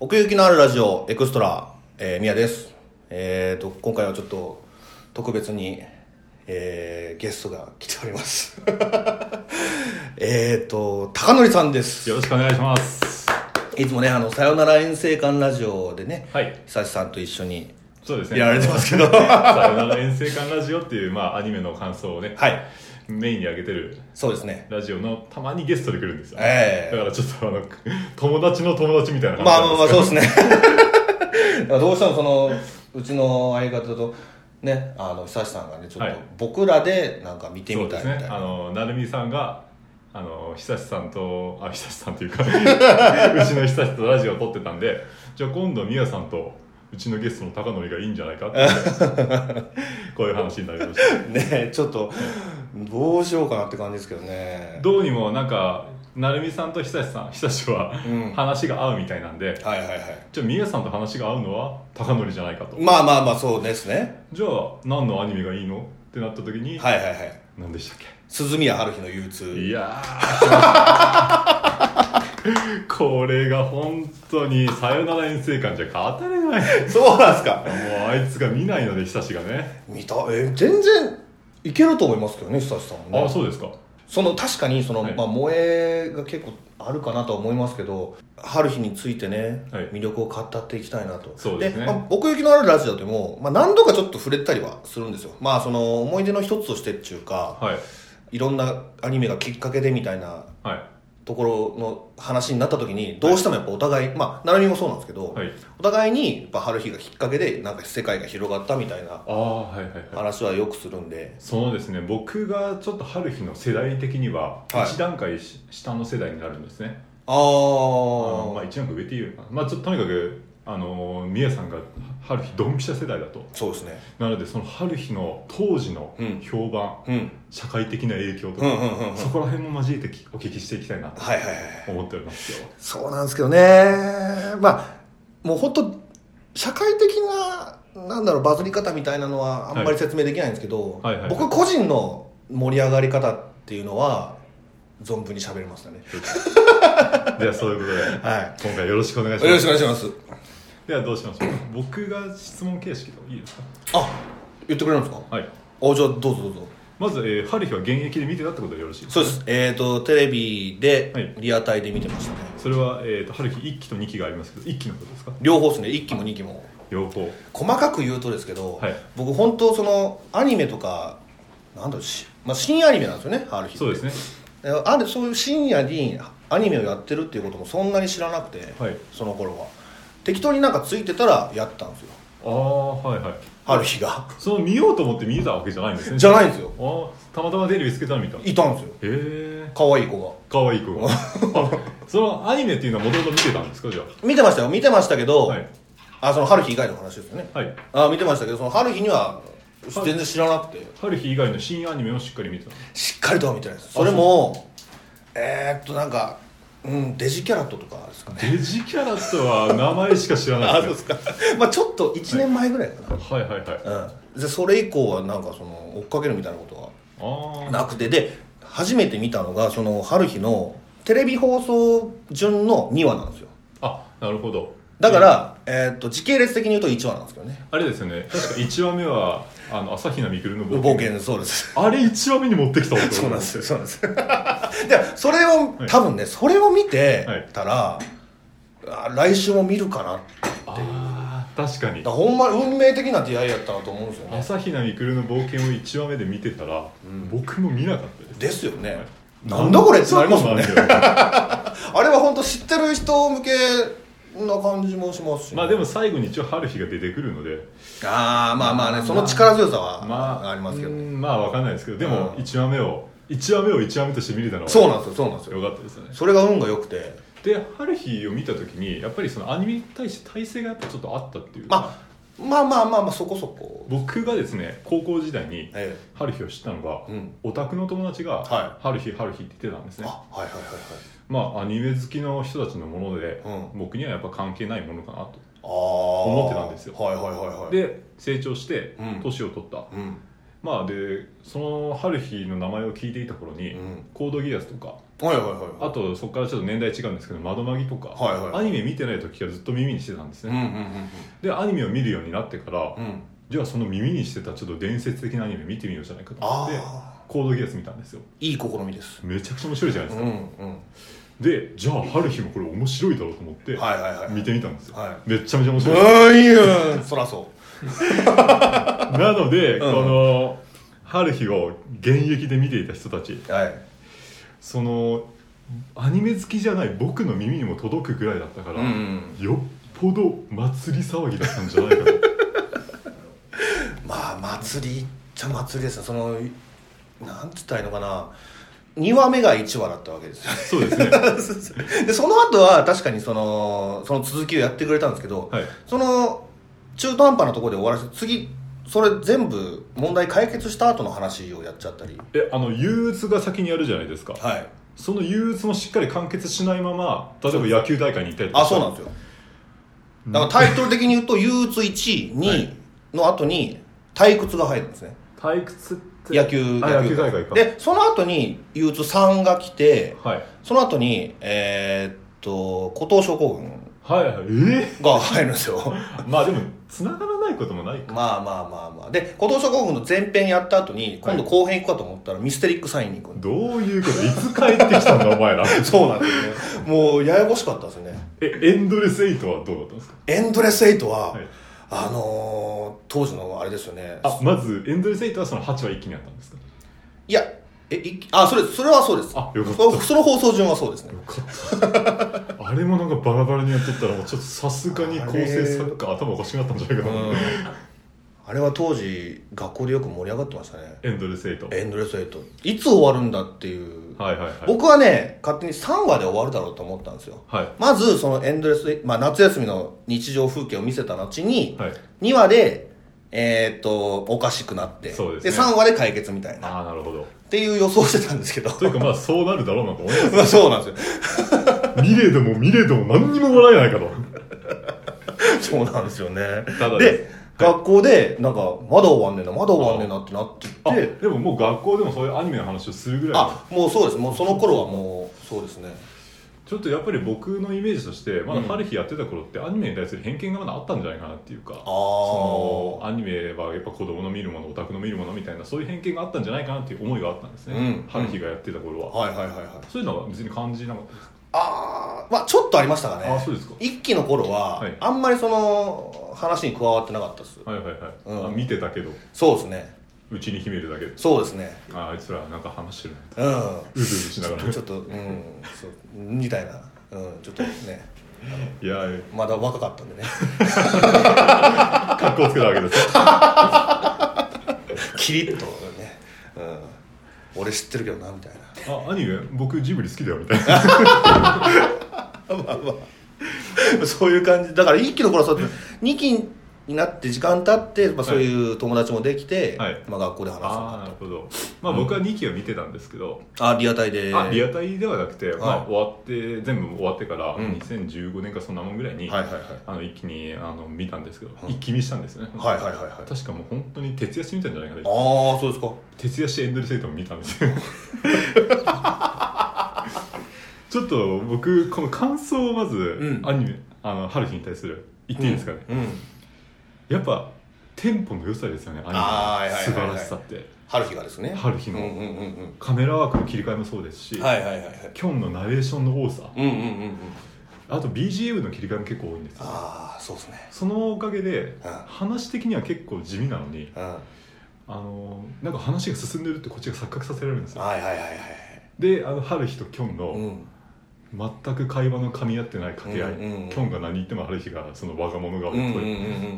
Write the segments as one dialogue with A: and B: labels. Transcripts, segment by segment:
A: 奥行きのあるラジオエクストラ、えー、宮です。えっ、と、今回はちょっと特別に、えー、ゲストが来ております。 えっと、高則さんです。
B: よろしくお願いします。
A: いつもね、あの、さよなら遠征館ラジオでね、
B: はい。
A: 久志さんと一緒に
B: そうですね。
A: やられてますけ ど、
B: さよなら遠征館ラジオっていう、まあ、アニメの感想をね、
A: はい、
B: メインに上げてる
A: そうですね。
B: ラジオの、たまにゲストで来るんですよ。
A: ええ
B: だからちょっと、あの、 友達の友達みたいな
A: まあ
B: 感
A: まあ
B: じ
A: まあ
B: なん
A: そう
B: で
A: ですねだ からどうしてもそのうちの相方とねあの久志さんがねちょっ
B: は
A: と
B: い
A: 僕らでなんか見て
B: すけど
A: みたいみた
B: そう
A: い
B: ですね。
A: な、
B: あの、なるみさんが、あの、久志さんと、あ、久志さんというか、 うちの久志とラジオを撮ってたんで、じゃあ今度、みやさんと、うちのゲストの高典がいいんじゃないかって、 こういう話になりました。
A: ねちょっとどうしようかなって感じですけどね
B: どうにもなんか成美さんと久志さん久志は
A: うん
B: 話が合うみたいなんで、
A: はいはいはい
B: じゃあみやさんと話が合うのは高典じゃないかと
A: まあまあまあそうですね
B: じゃあ何のアニメがいいのってなった時に、
A: はいはいはい
B: 何でしたっけ
A: 鈴宮春日の憂鬱
B: いやー これが本当にさよなら遠征感じゃ語れないも
A: そうなんですか
B: うあいつが見ないので久志がね
A: 見たえ全然いけると思いますけどね久志さんも
B: あ
A: ね
B: あそうですか
A: その確かにその、
B: はい
A: まあ、萌えが結構あるかなとは思いますけど春日についてね、
B: はい
A: 魅力を語っていきたいなと
B: そうですね
A: まあ、奥行きのあるラジオでも、まあ、何度かちょっと触れたりはするんですよまあその思い出の一つとしてっていうか
B: はい
A: いろんなアニメがきっかけでみたいな
B: は
A: ところの話になった時にどうしてもやっぱお互い、まあ並みもそうなんですけど、
B: いはい
A: お互いにやっぱ春日がきっかけでなんか世界が広がったみたいな
B: ああはいはいはい
A: 話はよくするんで
B: そのですね僕がちょっと春日の世代的には
A: はい
B: 1段階し下の世代になるんですね、
A: あ
B: あのま
A: あ
B: あ、1段階上っていうかなまあ、ちょっととにかくあのー宮さんが春日ドンピシャ世代だと
A: そうですね
B: なのでその春日の当時の
A: うん
B: 評判、
A: うん
B: 社会的な影響と
A: う
B: か、
A: んうんうんうん
B: そこら辺も交えてきお聞きしていきたいなと
A: はいはいはい
B: 思っておりま すよ
A: そうなんですけどねまあもう本当社会的ななんだろうバズり方みたいなのはあんまり説明できないんですけど、
B: はいはいはい
A: 僕個人の盛り上がり方っていうのは存分に喋りましたね
B: ではそういうことで
A: は
B: 今回よろしくお願いし
A: よ
B: ま
A: ろしく
B: す
A: お願いします
B: ではどうしましょう僕が質問形式でいいですか
A: あ言ってくれるんですか
B: はい
A: あじゃあどうぞどうぞ
B: まず、えー、春日は現役で見てたってことでよろしいですか
A: そうですえっ、とテレビで、
B: はい
A: リアタイで見てましたね
B: それは、えー、と春日一期と二期がありますけど一期のことですか
A: 両方ですね1期も2期も
B: 両方
A: 細かく言うとですけど、
B: はい
A: 僕本当そのアニメとかなんだろうし、まあ、新アニメなんですよねある日
B: そうですね
A: あるそういう深夜にアニメをやってるっていうこともそんなに知らなくて、
B: はい
A: その頃は適当になんかついてたらやったんですよ
B: ああはいはい
A: ある日が
B: その見ようと思って見えたわけじゃないんですね
A: じゃない
B: い
A: んですよ
B: あーたまたまテレビつけたら見たへ
A: いたんですよ
B: え
A: 可愛い子が
B: かわいい子 があそのアニメっていうのはもともと見てたんですかじゃ
A: 見てましたよ見てましたけ
B: あ
A: ど、
B: はい
A: あその春日以外の話ですよね
B: はい
A: あ見てましたけどその春日には全然知らなくて、
B: 春日以外の新アニメをしっかり見てた
A: しっかりとは見てないですそれもえー、っとなんか、うん、デジキャラットとかですかね
B: デジキャラットは名前しか知らないです、ね、
A: すか まあちょっと1年前ぐらいかな、
B: はいはいはい
A: うん、でそれ以降はなんかその追っかけるみたいなこと
B: あ
A: は
B: あ
A: なくてで初めて見たのがその春日のテレビ放送順の2話なんですよ
B: あなるほど
A: だから、えーっと時系列的に言うと1話なんですけどね
B: あれですよね確か一話目はあの朝比奈未来の冒険
A: 冒険そうです
B: あれ一話目に持ってきた男
A: そうなんですよそうなんです でそれを多分ねそれを見てたら、あ来週も見るかなだか
B: ああ確かに
A: らほんま運命的な出会いやったなと思うんですよね
B: 朝比奈未来の冒険を1話目で見てたら、僕も見なかったです
A: ですよねなんだこれってなりますもんね
B: そんなことないよ
A: あれは本当知ってる人向けな感じもしますし、
B: まあでも最後に一応春日が出てくるので
A: ああまあまあねその力強さは
B: まあ
A: ありますけどね、
B: うんまあわかんないですけどでも
A: うん
B: 1話目を1話目を1話目として見れたのは
A: そうなんですよそうなんですよ
B: よかったですよね
A: それが運が良くて
B: で春日を見た時にやっぱりそのアニメに対して体制がやっぱちょっとあったっていうか
A: まあまあまあまあまあそこそこ
B: 僕がですね高校時代に
A: え
B: 春日を知ったのが
A: え、うん
B: オタクの友達が
A: は
B: 「春日春日」って言ってたんですね
A: あはいはいはい
B: まあアニメ好きの人たちのもので、
A: はいうん
B: 僕にはやっぱ関係ないものかなと
A: ああ思
B: 思ってたんですよ
A: はいはいはいはい
B: で成長して
A: うん
B: 年を取った、
A: うん
B: まあでその春日の名前を聞いていた頃に、
A: うん
B: コードギアスとか
A: はいはいはい
B: あとそこからちょっと年代違うんですけど「窓マギ」とか、
A: はいはい
B: アニメ見てない時はずっと耳にしてたんです
A: うんうん
B: ね、でアニメを見るようになってから、
A: うんうんうん
B: じゃあその耳にしてたちょっと伝説的なアニメ見てみようじゃないかと思って
A: ああ
B: コードギアス見たんですよ
A: いい試みです
B: めちゃくちゃ面白いじゃないうで
A: ん
B: す
A: う
B: か、
A: ん
B: でじゃあ春日もこれ面白いだろうと思って
A: はいはいはい
B: 見てみたんですよ、
A: は
B: めっちゃめちゃ面白いです
A: うんいいよそらそ
B: なので、
A: うん
B: この春日を現役で見ていた人たち
A: うはい
B: そのアニメ好きじゃない僕の耳にも届くぐらいだったから、
A: うん
B: よっぽど祭り騒ぎだったんじゃないかと
A: まあ祭りっちゃ祭りですねそのなんつったらいいのかな2話目が1話だったわけですよ
B: そうですね
A: でその後は確かにそのその続きをやってくれたんですけど、
B: はい
A: その中途半端なところで終わらせて次それ全部問題解決した後の話をやっちゃったり
B: えあの憂鬱が先にやるじゃないですか
A: はい
B: その憂鬱もしっかり完結しないまま例えば野球大会に行ったりとか
A: あそうなんですよだからタイトル的に言うと憂鬱1位2位の後に退屈が入るんですね
B: 退屈って
A: 野球
B: あ野球大会か
A: でその後に憂鬱3が来て
B: はい
A: その後に、えーっと、古藤症候群
B: はいはいえ
A: が入るんですよ。
B: ーまあでも繋がらないこともないか
A: まあまあまあまあ。で、古藤症候群の前編やった後に、今度後編行くかと思ったらミステリックサインに行くんで。
B: どういうこといつ帰ってきたんだお前ら
A: そうなんですよね。 もう、ややこしかったですね。
B: えエンドレスエイトはどうだったんですか
A: エンドレスエイトは、
B: はい
A: あのー当時のあれですよね。
B: あまずエンドレスエイトはその8話一気にやったんですか
A: いや、え、いあ、それ、それはそうです。
B: あよかった
A: そその放送順はそうですね。
B: よかったあれもなんかバラバラにやっとったらもうちょっとさすがに構成作家頭おかしくなったんじゃないかな、
A: あれは当時、学校でよく盛り上がってましたね。
B: エンドレスエイト
A: エンドレスエイト。いつ終わるんだっていう。
B: はいはいはい
A: 僕はね勝手に3話で終わるだろうと思ったんですよ
B: はい
A: まずそのエンドレス、まあ、夏休みの日常風景を見せた後に、
B: はい
A: 2話でえーっとおかしくなって
B: そうですね
A: 3話で解決みたいなっ
B: ああなるほど
A: ていう予想してたんですけど
B: というかまあそうなるだろうなと思い
A: まあそうなんです
B: ます見れども見れども何にももらえないかと
A: よそうなんですよね
B: ただ
A: で
B: です
A: 学校でなんかまだ終わんねえなまだ終わんねえなってなって
B: あ
A: って
B: でももう学校でもそういうアニメの話をするぐらい
A: あもうそうですもうその頃はもうそうですね
B: ちょっとやっぱり僕のイメージとしてまだ春日やってた頃ってアニメに対する偏見がまだあったんじゃないかなっていうか
A: あ
B: その
A: あ
B: アニメはやっぱ子供の見るものオタクの見るものみたいなそういう偏見があったんじゃないかなっていう思いがあったんですね、
A: うん
B: 春日がやってた頃は、
A: はいはいはいはい
B: そういうのは別に感じなかったです
A: ああまあちょっとありましたかね
B: か、ああそうですか
A: 一期の頃は、
B: はい
A: あんまりその話に加わってなかったです
B: はいはいはい、
A: うん
B: あ見てたけど
A: そうですね
B: うちに秘めるだけで
A: そうですね
B: ああいつらなんか話してるな
A: うん
B: うずうずしながら
A: ちょっとうんそうみたいなうんちょっとね
B: いやー
A: まだ若かったんで ね
B: 格好つけたわけですよ
A: キリッとね、うん、俺知ってるけどなみたいな
B: あアニメ僕ジブリ好きだよみたいな
A: まあまあそういう感じだから一期の頃はそうやって二期になって時間経って、まあ、そういう友達もできて、
B: はい
A: まあ、学校で話すように
B: ああ
A: な
B: な
A: っ
B: るほどまあ僕は2期は見てたんですけど、
A: たあリアタイで
B: あリアタイではなくて、ま
A: は
B: あ、
A: い
B: 終わって全部終わってから、
A: うん
B: 2015年かそんなもんぐらいに、
A: はいはいはい
B: あの一気にあの見たんですけど、
A: うん
B: 一気見したんですね、
A: はいはいはいはい
B: 確かもう本当に徹夜して見たんじゃないかな
A: ああそうですか
B: 徹夜してエンドレスエイトも見たんで すよちょっと僕この感想をまず、
A: うん
B: アニメあの春日に対する言っていいですかね、
A: うん、うん
B: やっぱテンポの良さですよね
A: あー
B: ア
A: はい
B: ニメ
A: はい
B: の
A: はい
B: 素
A: はい
B: 晴らしさって、
A: 春日がですね
B: 春日の
A: うんうんうん
B: カメラワークの切り替えもそうです
A: う
B: し、
A: んはいはいはいはい
B: キョンのナレーションの多さ、
A: うんうんうんうん
B: あと BGM の切り替えも結構多いんですよ
A: ああそうですね
B: そのおかげで
A: うん
B: 話的には結構地味なのに
A: うんはい
B: あのなんか話が進んでるってこっちが錯覚させられるんですよ
A: はいはいはい
B: であの春日とキョン
A: う
B: の
A: ん
B: 全く会話の噛み合ってない掛け合い、
A: うんうんうん
B: キョンが何言っても春日がその我が物顔を
A: うんうんうん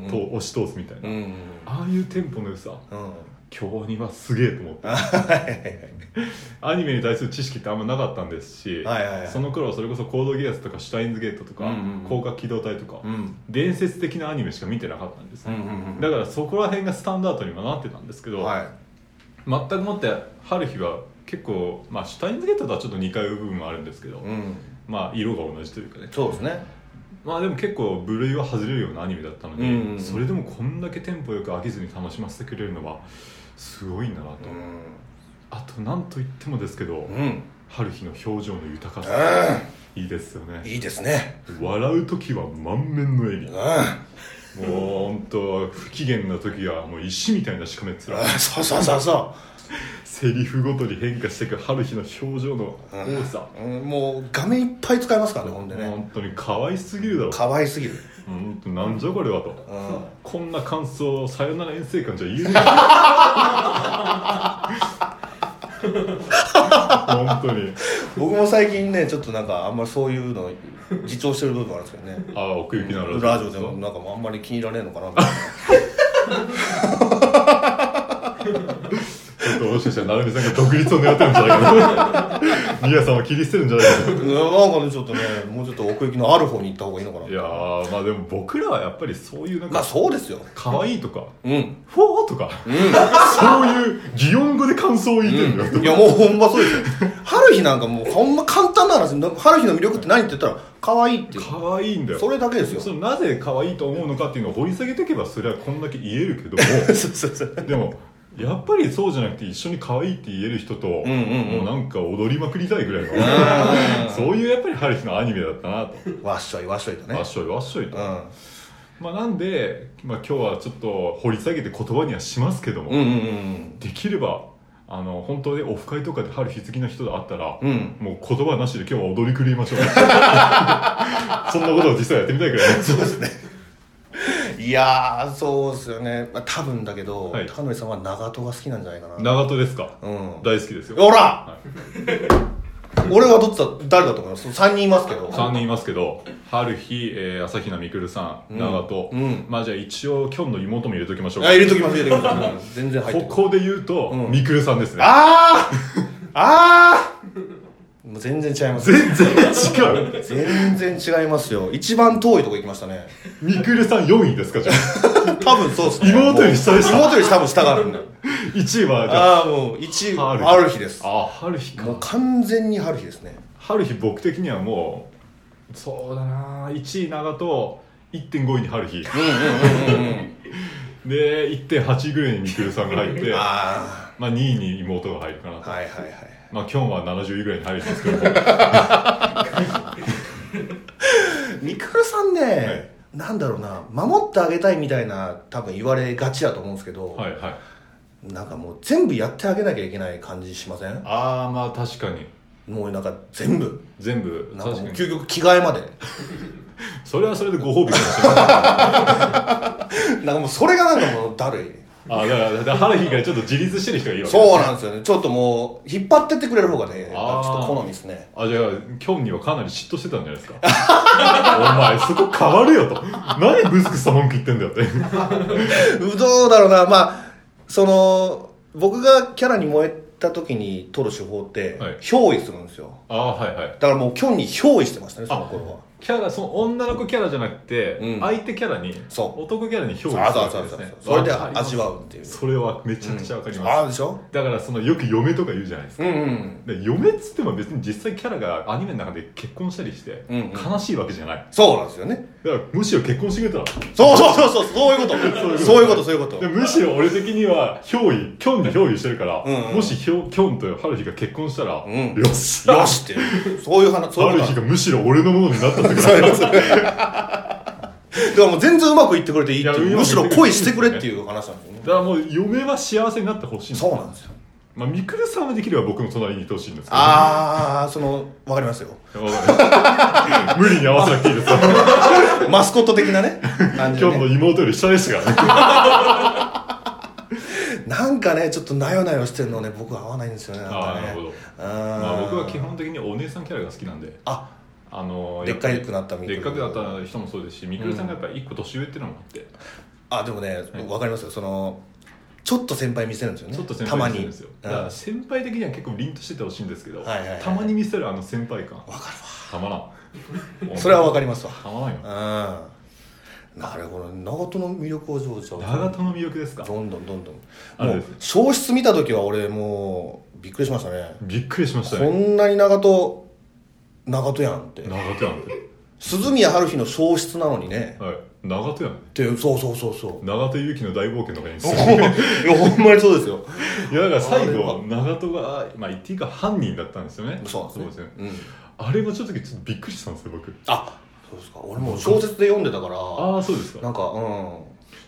A: うん
B: と押し通すみたいな、
A: うん
B: ああいうテンポの良さ
A: うん
B: 京アニはすげえと思 ってアニメに対する知識ってあんまなかったんですし、
A: はいはいはい
B: その頃はそれこそコードギアスとかシュタインズゲートとか、
A: うんうんうん
B: 広角機動隊とか、
A: うん
B: 伝説的なアニメしか見てなかったんです
A: う
B: ね、
A: んうん
B: だからそこら辺がスタンダードにもなってたんですけど、
A: はい
B: 全くもって春日は結構、まあ、シュタインズゲートとはちょっと似通う部分もあるんですけど、
A: うん
B: まあ色が同じというかね
A: そうですね
B: まあでも結構部類は外れるようなアニメだったので、
A: うんうん
B: それでもこんだけテンポよく飽きずに楽しませてくれるのはすごいんだなと、
A: うん
B: あとなんといってもですけ
A: う
B: ど、
A: ん
B: 春日の表情の豊かさ
A: う
B: いいですよね
A: んいいですね
B: 笑う時は満面の笑
A: う
B: み
A: んあ
B: もう本当不機嫌な時はもう石みたいなしかめっ面
A: そうそうそうそ
B: セリフごとに変化していく春日の表情の多さ、
A: う、うん、もう画面いっぱい使いますからねほんでね
B: 本当に可愛すぎるだろ
A: 可愛すぎる
B: 本当なんじゃこれはと、
A: ん
B: こんな感想をさよなら遠征感じゃ言えね え本当に
A: 僕も最近ねちょっとなんかあんまりそういうの自重してる部分あるんですけどね
B: ああ奥行きのある
A: ラジオでもなんかもうあんまり気に入られんのかなって
B: ちょっともしかしたら成美さんが独立を狙ってるんじゃないかな宮さんは切り捨てるんじゃないかな
A: うんなんかねちょっとねもうちょっと奥行きのある方に行った方がいいのかない
B: やーまあでも僕らはやっぱりそういうなん
A: まあ
B: か
A: そうですよ
B: 可愛いとか
A: うん
B: フォーとか、そういう擬音語で感想を言ってるんだよ、
A: いやもうほんまそうですよ春日なんかもうほんま簡単な話なんか春日の魅力って何って言ったら可愛いっていう
B: 可愛いんだよ
A: それだけですよ
B: そのなぜ可愛いと思うのかっていうのを掘り下げていけばそれはこんだけ言えるけど
A: そうそうそう
B: もでもやっぱりそうじゃなくて一緒に可愛いって言える人と、
A: うんうんうん
B: もうなんか踊りまくりたいぐらいの、 そういうやっぱり春日のアニメだったなと、
A: わっしょいわっしょいと
B: わ
A: ね
B: っしょいわっしょいと、
A: うん
B: まあ、なんで、まあ、今日はちょっと掘り下げて言葉にはしますけども、
A: うんうんうん
B: できればあの本当にオフ会とかで春日好きな人であったら、
A: うん
B: もう言葉なしで今日は踊り狂いましょう そんなことを実際やってみたいぐらいそうですね
A: いやーそうですよね、まあ、多分だけど、
B: はい
A: 高典さんは長門が好きなんじゃないかな
B: 長門ですか、
A: うん
B: 大好きですよ
A: ほら、俺はどっちだ誰だと思います3人いますけど
B: 3人いますけど春日、えー、朝比奈みくるさん、
A: ん
B: 長門、
A: うん
B: まあじゃあ一応きょんの妹も入れときましょうか
A: あ入れときます入れときますうん全然入ってる
B: ここで言うと、
A: ん
B: みくるさんですね
A: ああああもう全然違います
B: 全然違う
A: 全然違いますよ一番遠いとこ行きましたね
B: みくるさん4位ですかじゃあ
A: 多分そうっすね
B: 妹より下でした
A: もう妹より下多分下があるんだよ
B: 1位はじゃあ
A: ああもう一位
B: 春日
A: ある日です
B: あ春日か
A: もう完全に春日ですね
B: 春日僕的にはもうそうだな1位長門1.5位に春日で1.8位ぐらいにみくるさんが入って
A: あ
B: まあ、2位に妹が入るかな
A: あ
B: と、
A: はいはいはい
B: まあ、キョンは70位ぐらいに入るんで すけども
A: みくるさんね、なんだろうな守ってあげたいみたいな多分言われがちだと思うんですけど、
B: はいはい
A: なんかもう全部やってあげなきゃいけない感じしません
B: ああまあ確かに
A: もうなんか全部
B: 全部
A: なん
B: 確
A: か
B: か
A: もう
B: に
A: 究極着替えま で
B: それはそれでご褒美かもしれない
A: なんかもうそれがなんかもうだるい
B: あーだからだから春日からちょっと自立してる人がいいわけ
A: そうなんですよねちょっともう引っ張ってってくれる方がねち
B: あー
A: ょっと好みですね
B: あじゃあキョンにはかなり嫉妬してたんじゃないですかお前そこ変わるよと何ブスクスた文句言ってんだよって
A: うどうだろうなまあその僕がキャラに燃えた時に取る手法って、
B: はい
A: 憑依するんですよ
B: ああはいはい
A: だからもうキョンに憑依してましたねその頃は
B: キャラその女の子キャラじゃなくて、
A: うん
B: 相手キャラに
A: そう
B: 男キャラに表
A: そ
B: 現する
A: うそうそうそうそれで味わ
B: う
A: うっていう
B: それはめちゃくちゃわかります、
A: ああでしょ
B: だからそのよく嫁とか言うじゃないですか、
A: うんうん
B: で嫁っつっても別に実際キャラがアニメの中で結婚したりして
A: うんうん
B: 悲しいわけじゃない、
A: そうなんですよね
B: だからむしろ結婚してくれたら
A: そうそうそうそうそういうことそういうことそういうこと
B: でむしろ俺的には憑依キョンに憑依してるから、
A: うんうん
B: もしひょキョンと春日が結婚したら、
A: うん
B: よっしゃ
A: よしっていうそういう話そういうこ
B: 春
A: と
B: 日がむしろ俺のものになったってく
A: そう
B: ら
A: いうことだからもう全然うまくいってくれていいってい
B: いうや
A: むしろ恋してくれっていう話なんですよね
B: だからもう嫁は幸せになってほしいんだ
A: そうなんですよ
B: まあ、みくるさんはできれば僕の隣にいてほしいんですけど、
A: ああそのわかりますよ
B: 無理に合わせなくていい ですよ。
A: マスコット的なね感じで
B: 今日
A: ね
B: の妹より下でしたからね。
A: なんかねちょっとなよなよしてるのね僕は合わないんですよねなん
B: あ
A: か
B: あ、な
A: ね
B: るほど。
A: うん
B: まあ、僕は基本的にお姉さんキャラが好きなんで、
A: あ
B: あの
A: でっかくなった
B: やっぱ
A: み
B: りでっかくなった人もそうですし、みくるさんがやっぱり一個年上っていうのもあって、
A: あでもねわかりますよそのちょっと先輩見せるんですよね
B: ちょっと先
A: たま
B: 輩
A: に
B: にですよ。だから先輩的には結構凛としててほしいんですけど、
A: はいはいはい
B: たまに見せるあの先輩感。わかるわ。たまら
A: うん
B: ん。
A: それはわか
B: り
A: りますわ
B: たまらんよ。
A: うんなるほど長門の魅力を上手
B: 長友の魅力ですか。
A: どんどんどんどん
B: あ
A: も
B: れ
A: う
B: です
A: 消失見た時は俺もうびっくりしましたね
B: びっくりしました
A: こ
B: ね。
A: んなに長門長門やんって
B: 長友なんて。
A: 鈴宮春日の消失なのにね
B: はい。長手やね
A: てそうそうそうそう
B: 長手勇気の大冒険とかに
A: ほんま いやほんまにそうですよ
B: いやだから最
A: あ
B: 後長戸がまあ言っていいか犯人だったんですよね
A: そうなんですねうん、
B: あれもちょっとちょっとびっくりしたんですよ僕
A: あそうですか俺もう小説で読んでたから
B: ああそうです
A: な
B: か
A: んかうん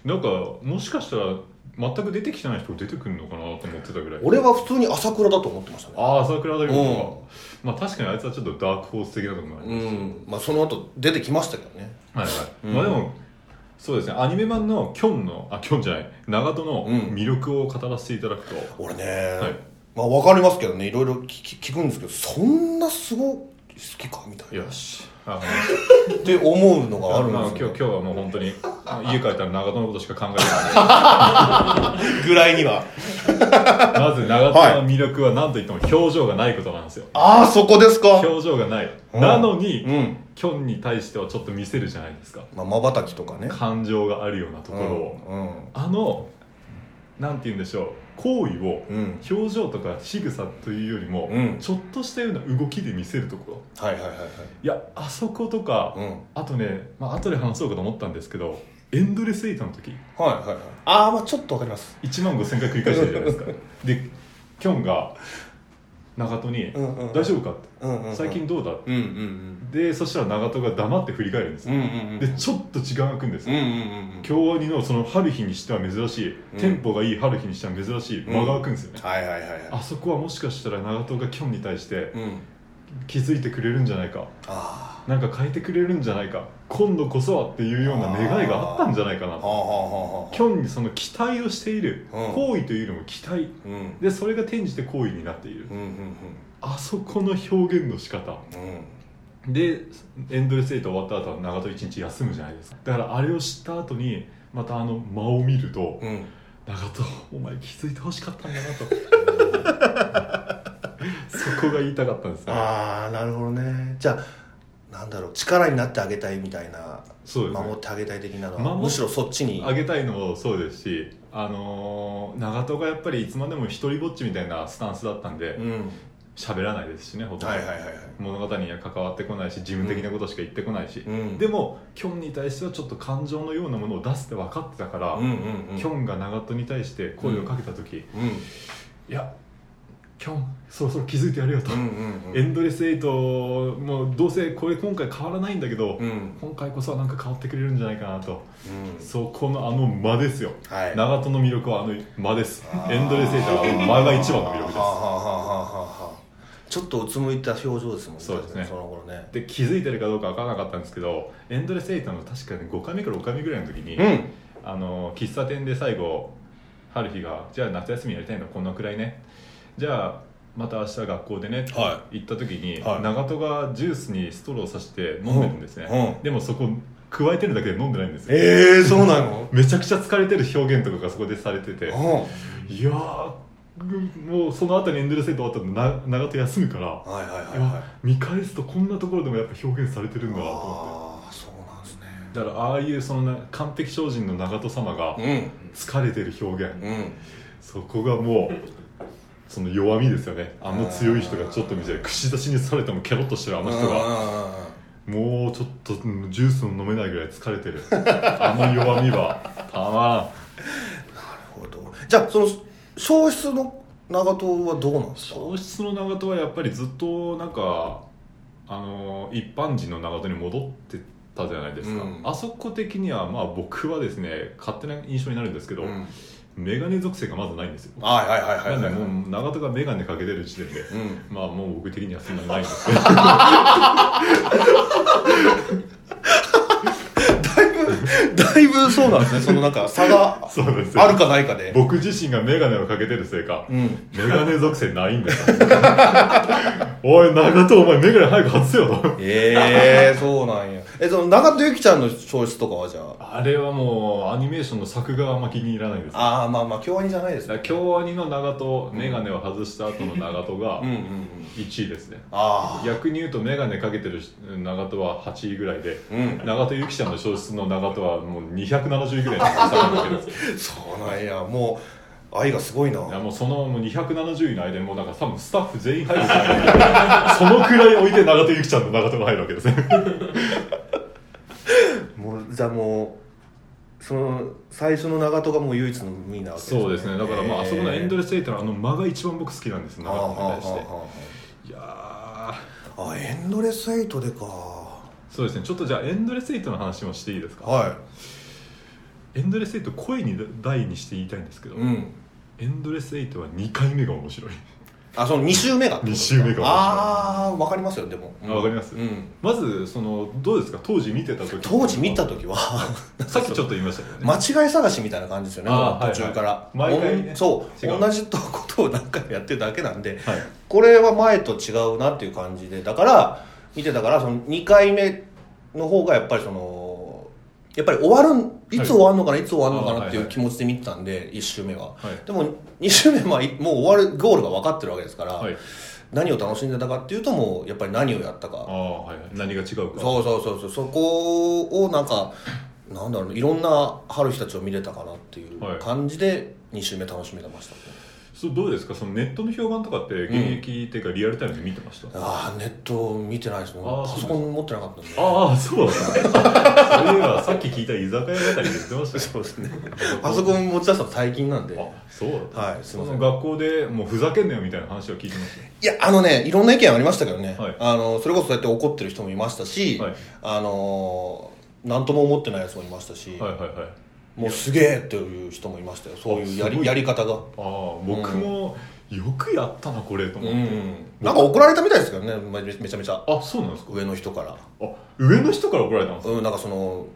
B: なんかもしかしたら全く出てきてない人出てくるのかなと思ってたぐらい
A: 俺は普通に朝倉だと思ってましたね
B: ああ朝倉大悟とか、まあ確かにあいつはちょっとダークホース的なところもあり
A: う
B: ます、
A: んまあその後出てきましたけどね
B: はいはい、
A: うん
B: まあでもそうですねアニメ版のキョンのあキョンじゃない長戸の
A: うん
B: 魅力を語らせていただくと、
A: 俺ね、
B: はい
A: まあわかりますけどねいろいろ聞き聞くんですけどそんなすごい好きかみたいな
B: よしあ
A: って思うのがある
B: まあ、今
A: ん
B: 日
A: です
B: 今
A: よ
B: 日はもう本当に家帰ったら長戸のことしか考えてないんで
A: ぐらいには
B: まず長田の魅力は何といっても表情がないことなんですよ。
A: ああそこですか
B: 表情がない。
A: うん
B: なのに、
A: うん
B: キョンに対してはちょっと見せるじゃないですか。
A: まあ瞬きとかね
B: 感情があるようなところを。
A: うんうん
B: あの、なんて言うんでしょう、行為を
A: うん
B: 表情とか仕草というよりも、
A: うん
B: ちょっとしたような動きで見せるところ。
A: はいはいはいはい
B: いや、あそことか、
A: うん
B: あとね、まあ後で話そうかと思ったんですけど、エンドレスエイトの時、
A: はいはいはいああまあちょっとわかります
B: 1万5000回繰り返してるじゃないですか。で、キョンが長戸に、
A: うんうん
B: 大丈夫かって。
A: うんうんうん
B: 最近どうだ
A: うんうんうん
B: でそしたら長門が黙って振り返るんです
A: う
B: よ、
A: んうんうん
B: でちょっと時間が空くんです
A: うんう
B: よ、
A: んうん
B: 京アニのその春日にしては珍しい、
A: うん
B: テンポがいい春日にしては珍しい
A: うん
B: 間が空くんですよね、
A: はいはいはいはい
B: あそこはもしかしたら長門がキョンに対して
A: うん
B: 気づいてくれるんじゃないか
A: あ
B: なんか変えてくれるんじゃないか今度こそはっていうような願いがあったんじゃないかな
A: あはあ
B: と
A: はあはあ
B: キョンにその期待をしている
A: うん
B: 行為というよりも期待
A: うんうん
B: でそれが転じて行為になっている
A: うんうん
B: あそこの表現の仕方
A: うん
B: でエンドレスエイト終わった後は長門一日休むじゃないですかだからあれを知った後にまたあの間を見ると
A: うん
B: 長門お前気づいてほしかったんだなと そこが言いたかったんですね
A: ああなるほどねじゃあなんだろう力になってあげたいみたいな
B: そうです
A: 守っ
B: ね
A: てあげたい的なのは
B: 守っ
A: むしろそっちに
B: あげたいのもそうですしあのー長門がやっぱりいつまでも一人ぼっちみたいなスタンスだったんで
A: うん
B: 喋、らないですしねほとんど、
A: はいはいはいはい
B: 物語には関わってこないし自分的なことしか言ってこないし、
A: うん
B: でもキョンに対してはちょっと感情のようなものを出すって分かってたから、
A: うんうんうん
B: キョンが長門に対して声をかけた時、い
A: うん
B: やキョンそろそろ気づいてやれよと、
A: うんうんうん
B: エンドレスエイトもうどうせこれ今回変わらないんだけど、
A: うんうん
B: 今回こそはなんか変わってくれるんじゃないかなと、そこのあの間ですよ
A: はい
B: 長門の魅力はあの間です
A: あー
B: エンドレスエイトはあの間が一番の魅力で
A: はあはあはあはあはあちょっとうつむいた表情ですもんね
B: そうですね
A: その頃ね
B: すで気づいてるかどうか分からなかったんですけどエンドレスエイトの確かね5回目から6回目ぐらいの時に、
A: うん
B: あの喫茶店で最後春日が「じゃあ夏休みやりたいのこんなくらいねじゃあまた明日学校でね」って
A: は
B: 行った時に、
A: はい
B: 長門がジュースにストローさして飲んでるんですね、
A: うんうん
B: でもそこ加えてるだけで飲んでないんですよ
A: ええそうなの
B: めちゃくちゃ疲れてる表現とかがそこでされてて
A: う
B: いやーもうその後にエンドレスセット終わったらな長門休むか
A: ん
B: ら
A: はいはいはい
B: い
A: はい
B: や見返すとこんなところでもやっぱ表現されてるんだなと思って
A: ああそうなんですね
B: だからああいうそのな完璧精進の長門様が疲れてる表現、
A: うんうん
B: そこがもうその弱みですよねあの強い人がちょっと見せる串刺しにされてもケロッとしてるあの人が
A: が
B: もうちょっとうんジュースも飲めないぐらい疲れてる あの弱みはたま
A: なるほどじゃあその消失の長門はどうなんです
B: ら
A: か
B: ん王室の長門はやっぱりずっとなんかあの一般人の長門に戻ってたじゃないですか、
A: うん
B: あそこ的にはまあ僕はですね勝手な印象になるんですけど、
A: うん
B: メガネ属性がまずないんですよ
A: はいはいはいはい
B: な
A: は
B: んで
A: い
B: もう長門がメガネかけてる時点で
A: うん
B: まあもう僕的にはそんなないんですけど
A: だいぶだいぶそうなんですねそのなんか差が
B: そうですよ
A: あるかないかで
B: 僕自身が眼鏡をかけてるせいか
A: うん
B: 眼鏡属性ないんだよおい長門お前眼鏡早く外せよと
A: ええそうなんやえその長門ゆきちゃんの消失とかはじゃあ
B: あれはもうアニメーションの作画はあんま気に入らないですだか
A: ああまあまあ京アニじゃないです
B: ら
A: ね
B: 京アニの長門眼鏡を外した後の長門が
A: うんうんうん
B: 1位ですね
A: あ
B: 逆に言うと眼鏡かけてる長門は8位ぐらいで
A: あうん
B: 長門ゆきちゃんの小説の長門はもう270位ぐらいの差がつけてるん ですよ
A: そうなんやもう愛がすごいない
B: やもうそのもう270位の間にもうなんか多分スタッフ全員入るんじゃないかそのくらい置いて長門ゆきちゃんの長門が入るわけですね
A: もうじゃあもうその最初の長戸がもう唯一の無理なわけです、ね、
B: そうですねだからまあ、あそこのエンドレスエイトのあの間が一番僕好きなんです
A: ス
B: 長友に対して
A: あ
B: いや
A: ああエンドレスエイトでかは
B: ーそうですねちょっとじゃあエンドレスエイトの話もしていいですか、
A: い
B: エンドレスエイト声に大にして言いたいんですけど、
A: うん
B: エンドレスエイトは2回目が 面白い
A: あその2周目が
B: 二周目が
A: ああーわかりますよでも
B: あわかります
A: うん、
B: まずそのどうですか当時見てた時
A: 当時見た時は
B: さっきちょっと言いましたけどね、
A: 間違い探しみたいな感じですよね
B: あー
A: 途中から、
B: はいはい毎回ね
A: おんそう
B: 違う
A: 同じとことを何回もやってるだけなんで
B: はい
A: これは前と違うなっていう感じでだから見てたからその2回目の方がやっぱりそのやっぱり終わるんいつ終わるのかな、い、つ終わるのかなってい
B: あーはいは
A: う
B: い
A: 気持ちで見てたんで、1周目は、
B: はい
A: でも2周目はいもう終わるゴールが分かってるわけですから、
B: はい
A: 何を楽しんでたかっていうともうやっぱり何をやったか
B: ああはいはい何が違うか
A: そうそうそうそうそこをなんかなんだろういろんな春日たちを見れたかなっていう
B: はい
A: 感じで2週目楽しめてましたね、
B: そうどうですかそのネットの評判とかって現役っていうかリアルタイムで見てました、あ
A: ああネット見てないですも
B: あ
A: ん
B: ー
A: パソコン持ってなかったんで
B: あそうだったそういえばさっき聞いた居酒屋語りで言ってました
A: そうですねパソコン持ち出したの最近なんで
B: ねあそうだった
A: はいすい
B: そ
A: ませ
B: の
A: ん
B: 学校でもうふざけんなよみたいな話を聞いてまし
A: いやあのねいろんな意見ありましたけどね、
B: はい
A: あのそれこそそうやって怒ってる人もいましたし、
B: はい
A: あの何とも思ってないやつもいましたし、
B: たはいはいはい
A: もうすげえっていう人もいましたよそういうや
B: あすご
A: り
B: い
A: やり方が
B: ああ僕もよくやったなこれと思
A: う
B: って、
A: んなんか怒られたみたいですけどねめめちゃめちゃ
B: あそうなんですか
A: 上の人から
B: あ上の人から怒られたんですか
A: うん、なんかその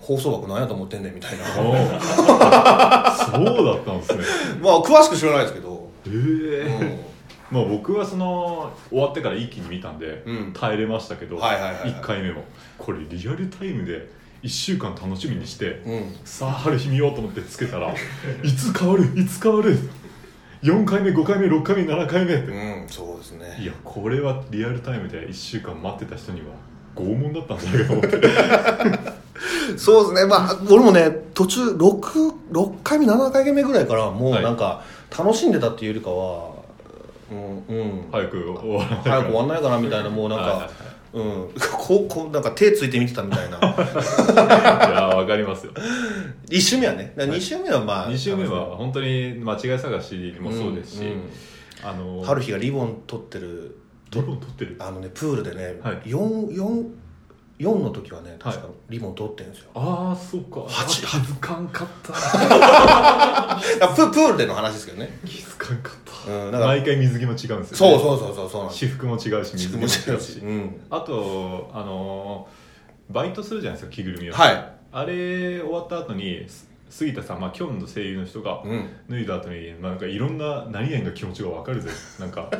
A: 放送枠なんやと思ってんねんみたいなま
B: ああそうだったんですね
A: あ詳しく知らないですけど、
B: ええ
A: うん、
B: まあ僕はその終わってから一気に見たんで、
A: うん
B: 耐えれましたけど、
A: はいはいはいはい
B: 1回目もこれリアルタイムで1週間楽しみにして、
A: うん
B: さあ春日見ようと思ってつけたら いつ変わるいつ変わる4回目5回目6回目7回目って
A: うん、そうですね
B: いやこれはリアルタイムで1週間待ってた人には拷問だったんじゃないかと思って
A: そうですねまあ俺もね途中 6, 6回目7回目ぐらいからもう
B: はい
A: なんか楽しんでたっていうよりかはうん、うん
B: 早く終わらない
A: 早く終わんないかなみたいなもうなん
B: はいはいは
A: かうんこうこうなんか手ついて見てたみたい な
B: いいやわかりますよ
A: 1周目はね2周目はまあ
B: 2週目は本当に間違い探しもそうですし、
A: ん
B: あ
A: う
B: の
A: ん春日がリボン取ってる
B: リボン取ってる
A: あのねプールでね、
B: はい
A: 四四4の時はね確かリボン取ってるんですよ、
B: ああそうか
A: 恥
B: 恥ずかんかっ た
A: あププールでの話ですけどね
B: 気づかんかった、
A: うんだから
B: 毎回水着も違うんですよ、
A: そうそ
B: ね、
A: うそうそうそうなんです
B: 私服も違うし水着も違うし
A: うん
B: あとあのーバイトするじゃないですか着ぐるみを、
A: はい、
B: あれ終わった後にす杉田さんまあキョンの声優の人が
A: うん、
B: 脱いだ後になんかいろんな何々の気持ちが分かるぜなんか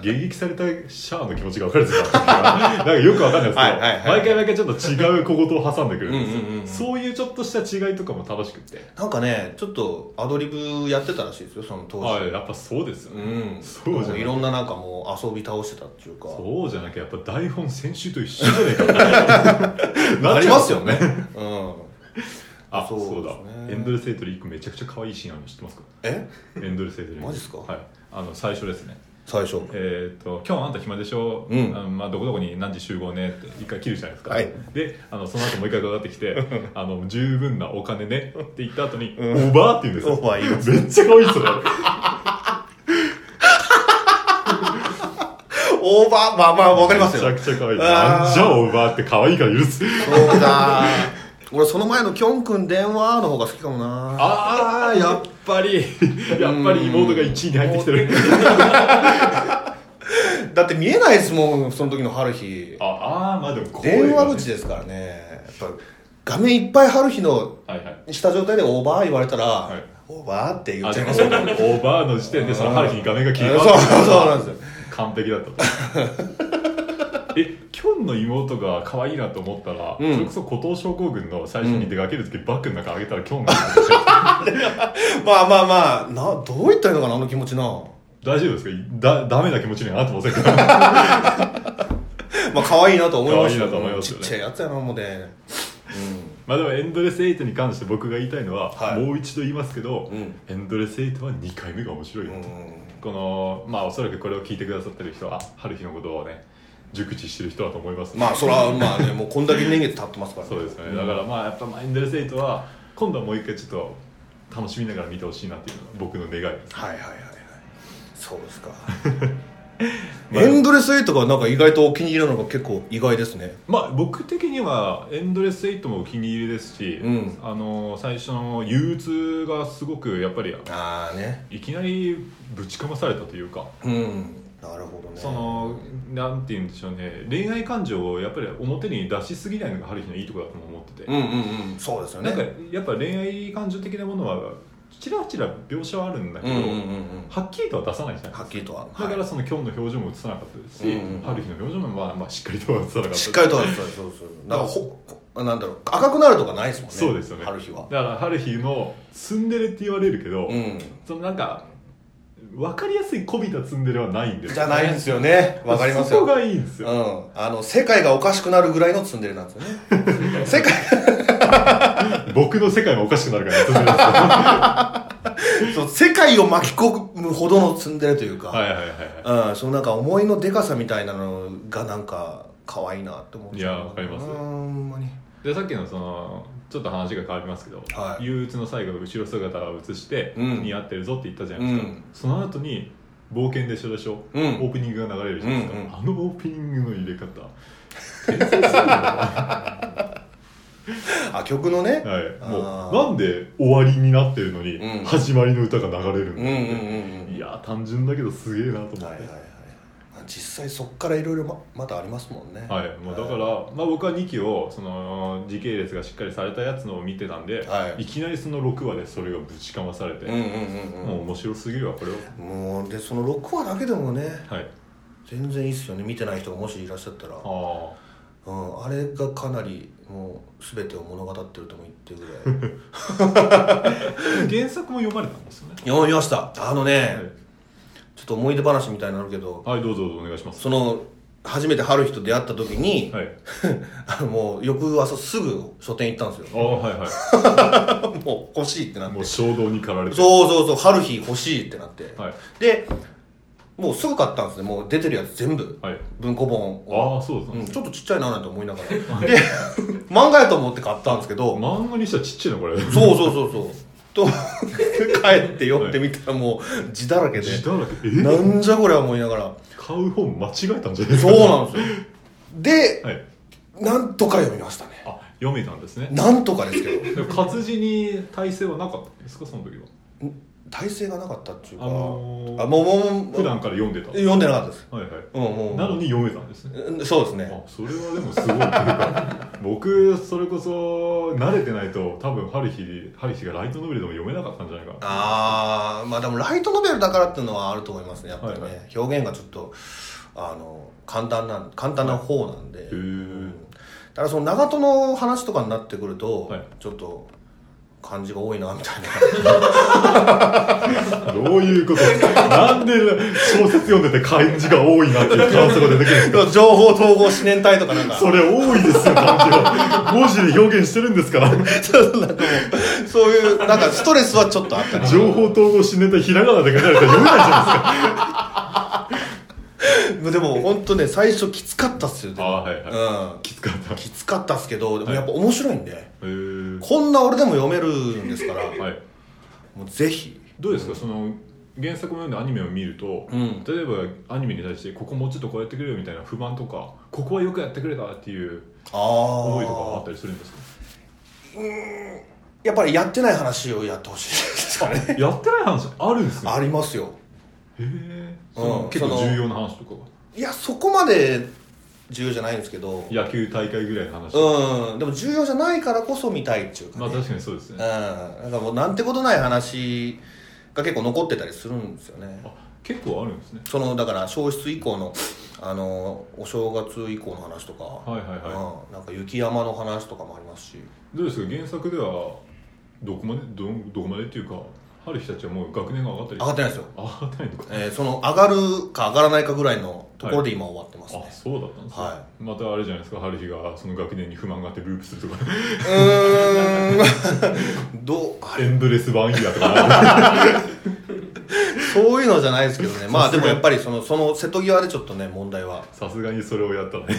B: 迎撃されたシャアの気持ちが分 かるぜなんかよく分かんないですけど、
A: はいはいはい
B: 毎回毎回ちょっと違う小言を挟んでくるんですよ、
A: うんうんうんうん
B: そういうちょっとした違いとかも楽しくて
A: なんかねちょっとアドリブやってたらしいですよその当時、
B: はいやっぱそうですよ
A: う
B: ね、
A: ん
B: そうじゃ
A: も
B: な
A: うい
B: い
A: ろんななんかもう遊び倒してたっていうか
B: そうじゃなきゃやっぱ台本先週と一緒じゃねえ か
A: あ
B: なっ
A: り
B: ちゃ
A: ま
B: う
A: すよねうん
B: あそう
A: そうで
B: だ
A: すね
B: エンドレスエイトで一個めちゃくちゃ可愛いシーンあるの知ってますか
A: え
B: エンドレスエイトで
A: マジっすか
B: はいあの最初ですね
A: 最初
B: えっ、と「今日あんた暇でしょ、
A: うん
B: あのまあ、どこどこに何時集合ね」って一回切るじゃないですか、
A: はい
B: であのその後もう一回かかってきて 「あの十分なお金ね」って言った後に「おばあ」って言うんですよ
A: おばあ言います
B: めっちゃ可愛い っすよね
A: オーバーまあまあわかりますよ
B: めちゃくちゃ可愛い
A: あー
B: なんじゃおばあって可愛いから許す
A: そうだ俺その前のきょんくん電話の方が好きかもな
B: ああやっぱり やっぱり妹が1位に入ってき てる
A: だって見えないですもんその時の春日
B: ああーまあでもこうい
A: 電
B: うのね
A: 話口ですからねやっぱ画面いっぱい春日の
B: はいはい
A: した状態で「オーバー」言われたら「
B: い
A: オーバー」って言
B: あ
A: っち
B: で
A: ゃいま
B: もオ
A: すよね
B: ーバーの時点でその春日に画面が切り替
A: そう
B: わってる
A: そうなんですよ
B: 完璧だった えキョンの妹が可愛いなと思ったら、
A: うん
B: それこそ古藤症候群の最初に出かける時、バッグの中上げたらキョンが
A: まあまあまあなどう言ったらいいのかなあの気持ちな
B: 大丈夫ですかだダメな気持ちにはなってませんか
A: まあ可愛いなと思いました
B: 可愛いなと思いま
A: ち
B: す
A: っ
B: よね
A: ちゃいやつやなもうね
B: まあでもエンドレスエイトに関して僕が言いたいのは、
A: はい
B: もう一度言いますけど、
A: うん
B: エンドレスエイトは2回目が面白いよ、
A: うん
B: このまあおそらくこれを聞いてくださってる人は春日のことをね熟知してる人だと思います、
A: まあそれはまあねもうこんだけ年月経ってますから
B: そうですよねだからまあやっぱマインドレスエイトは今度はもう一回ちょっと楽しみながら見てほしいなっていうのが僕の願いです
A: はいはいはいはいそうですか
B: ま あ
A: エンドレスエイトがなんか意外とお気に入りなのが結構意外ですね
B: まあ僕的には「エンドレス・エイト」もお気に入りですし、
A: うん
B: あの最初の憂鬱がすごくやっぱり
A: ああね
B: いきなりぶちかまされたというか
A: うんなるほどね
B: そのなんて言うんでしょうね恋愛感情をやっぱり表に出しすぎないのが春日のいいところだとも思ってて、
A: うんうんうんそうですよね
B: なんかやっぱ恋愛感情的なものはちらちら描写はあるんだけ
A: うん
B: ど、
A: うんうんうん
B: はっきりとは出さないじゃない
A: は
B: で
A: っ
B: す
A: きりとは
B: かだから
A: は
B: その今日の表情も映さなかったですし、
A: うんうん
B: 春日の表情もまあまあしっかりとは映さなかった
A: い
B: です
A: しっかりとはそうそうそうなんかほほなんだろう赤くなるとかないですもんね
B: そうですよね
A: ある日は
B: だから春日のツンデレって言われるけど、
A: うん
B: そのなんか分かりやすいこびたツンデレはないんですよ
A: じゃないんですよねわかりますよ
B: そこがいいんですよ、
A: うん、あの世界がおかしくなるぐらいのツンデレなんですよね 世界
B: 僕の世界もおかしくなるからツンデ レですよは
A: そう世界を巻き込むほどのツンデレというか、
B: いはいはいはい
A: うん、そのなんか思いのでかさみたいなのがなんか可愛いなって思っちゃう
B: いやわかります
A: うーんほんまに
B: でさっきのそのちょっと話が変わりますけど、
A: はい
B: 憂鬱の最後の後ろ姿を映して、
A: うん
B: 似合ってるぞって言ったじゃないですか、
A: うん
B: その後に冒険でしょでしょ、
A: うん
B: オープニングが流れるじゃないですか、
A: うんうん
B: あのオープニングの入れ方天才すぎるよ
A: あ曲のね、
B: はい
A: あ
B: も
A: ー
B: うなんで終わりになってるのに、
A: うん
B: 始まりの歌が流れるん
A: うんうんう
B: だろうんね
A: うん
B: いやー単純だけどすげえなと思って、
A: は
B: はい
A: はい
B: い
A: はいまあ実際そっからいろいろままたありますもんね
B: もうだから、まあ、僕は2期をその時系列がしっかりされたやつのを見てたんで、
A: はい
B: いきなりその6話でそれがぶちかまされて、
A: うんうん
B: もう面白すぎるわこれを
A: うんうんもうでその6話だけでもね
B: はい
A: 全然いいっすよね見てない人がもしいらっしゃったら
B: あ
A: うん、あれがかなりもう全てを物語ってるとも言ってるぐらい
B: あ原作も読まれたんですよね
A: 読みましたあのね、
B: はい
A: ちょっと思い出話みたいになるけど
B: はいどうぞどうぞお願いします
A: その初めて春日と出会った時に、
B: はい
A: あのもう翌朝すぐ書店行ったんです
B: あ
A: よ
B: あはいは
A: もう欲しいってなっ
B: い
A: て
B: もう衝動に駆られて
A: そうそうそう春日欲しいってなって、
B: はい
A: でもうすぐ買ったんですねもう出てるやつ全部
B: はい
A: 文庫本を、
B: ああそうです
A: うん、
B: ね、
A: ちょっとちっちゃいななんて思いながらで 漫画やと思って買ったんですけど、
B: 漫画にしたらちっちゃいのこれ
A: そうそうそうそう。と、 帰って読んでみたらもう字だらけで、
B: 字だらけえ
A: なんじゃこりゃ思いながら。
B: 買う本間違えたんじゃないです
A: そ
B: か
A: うなんですよ。で、
B: はい
A: なんとか読みましたね。
B: あ読めたんですね
A: なんとかですけど、
B: でも活字に耐性はなかったんですかその時は
A: 体勢がなかったっていうか、
B: あのー
A: あもうもうもう
B: 普段から読んでたはい
A: 読んでなかったです。
B: はい
A: うん、もう。
B: なのに読めたんですね
A: うんそうですね。
B: あそれはでもすごいというか僕それこそ慣れてないと多分ハルヒハルヒがライトノベルでも読めなかったんじゃないかな
A: あー、まあでもライトノベルだからっていうのはあると思いますね、やっぱりね。
B: はいは
A: 表現がちょっと、あの、簡単なん、簡単な方なんで。
B: へー
A: ただその長門の話とかになってくると、
B: はい
A: ちょっと漢字が多いなみたいな
B: どういうことなんで小説読んでて漢字が多いなっていう感想が出てくるんですか
A: 情報統合四年体とかなんか
B: それ多いですよ漢字が文字で表現してるんですから
A: そうなんかもうそういうなんかストレスはちょっとあったり
B: 情報統合しネタひらがなで書かれたら読めないじゃないで
A: でも本当ね最初きつかったっすよでも
B: あーは
A: う
B: い
A: ん、
B: すかきつかったへ
A: きつかったっすけどでもやっぱ面白いんで、
B: ー
A: こんな俺でも読めるんですから、
B: はい
A: もうぜひ
B: どうですかその原作も読んでアニメを見ると、
A: うん
B: 例えばアニメに対してここもうちょっとこうやってくれよみたいな不満とかここはよくやってくれたっていう
A: ああ
B: 思いとかあったりするんですか
A: やっぱりやってない話をやってほしいですかね
B: やってない話あるんです ね
A: ありますよ
B: へえ、
A: うん
B: うん、結構
A: その
B: 重要な話とかはい
A: やそこまで重要じゃないんですけど
B: 野球大会ぐらいの話、
A: うんでも重要じゃないからこそ見たいっていうか、ね
B: まあ確かにそうですね、
A: うんなんかもうなんてことない話が結構残ってたりするんですよね
B: あ結構あるんですね
A: そのだから消失以降のあのお正月以降の話とか、
B: はいはいは
A: うん、なんか雪山の話とかもありますし
B: いどうですか原作ではどこまでどどこまでっていうか春日たちはもう学年が上がったり
A: 上がってないですよ、
B: 上がってないのか
A: えーその上がるか上がらないかぐらいのところで今終わってますね、
B: あそうだったんですね
A: は
B: またあれじゃないですか春日がその学年に不満があってループするとか
A: うーんどうあれ
B: エンドレスワンイヤーとか
A: そそういうのじゃないですけどねまあでもやっぱりそのその瀬戸際でちょっとね問題は
B: さすがにそ れをやったらね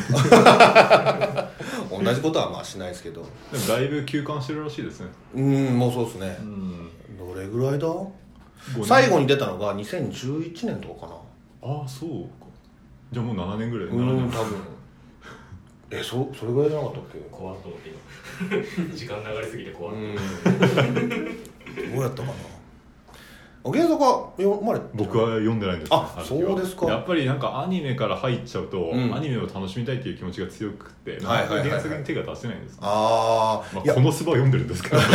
A: 同じことはまあしないですけど
B: でもだいぶ休館してるらしいですね
A: うんもうそうですね
B: うん
A: どれぐらいだ
B: 五年
A: 最後に出たのが2011年とかか
B: ああそうかじゃあもう7年ぐらい
A: なうん
B: 7
A: 多
B: 年
A: 分えそそれぐらいじゃなかったっけ
C: 怖っと思って今 時間流れすぎて怖っ、
A: うんどうやったかなおげんさんが読まれてる
B: 僕は読んでないんです、
A: あ
B: の時は
A: そうですか
B: やっぱりなんかアニメから入っちゃうと、
A: うん
B: アニメを楽しみたいっていう気持ちが強くて、
A: はいはいはいはい
B: 原作に手が出せないんです、
A: ああ、
B: ま
A: い
B: あ、
A: や
B: このスバ読んでるんですけど
A: やっ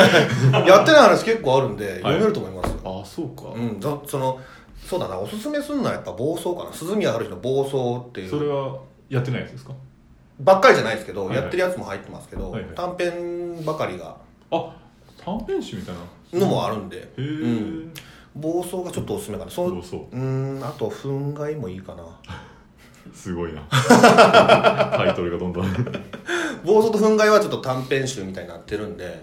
A: てない話結構あるんで読めると思いますよ、
B: ああそうか、
A: うんだそのそうだなおすすめするのはやっぱ暴走かな鈴宮春日の暴走っていう
B: それはやってないんですか
A: ばっかりじゃないですけど、
B: はいはい
A: やってるやつも入ってますけど、
B: はいはい
A: 短編ばかりが
B: あ短編集みたいな
A: のもあるんで、
B: へえ、
A: うん暴走がちょっとおすすめかなそう
B: そううそ
A: ーんあと憤慨もいいかな
B: うす ごいなタイトルがどんどんはい
A: 暴走と憤慨はちょっと短編集みたいになってるんで、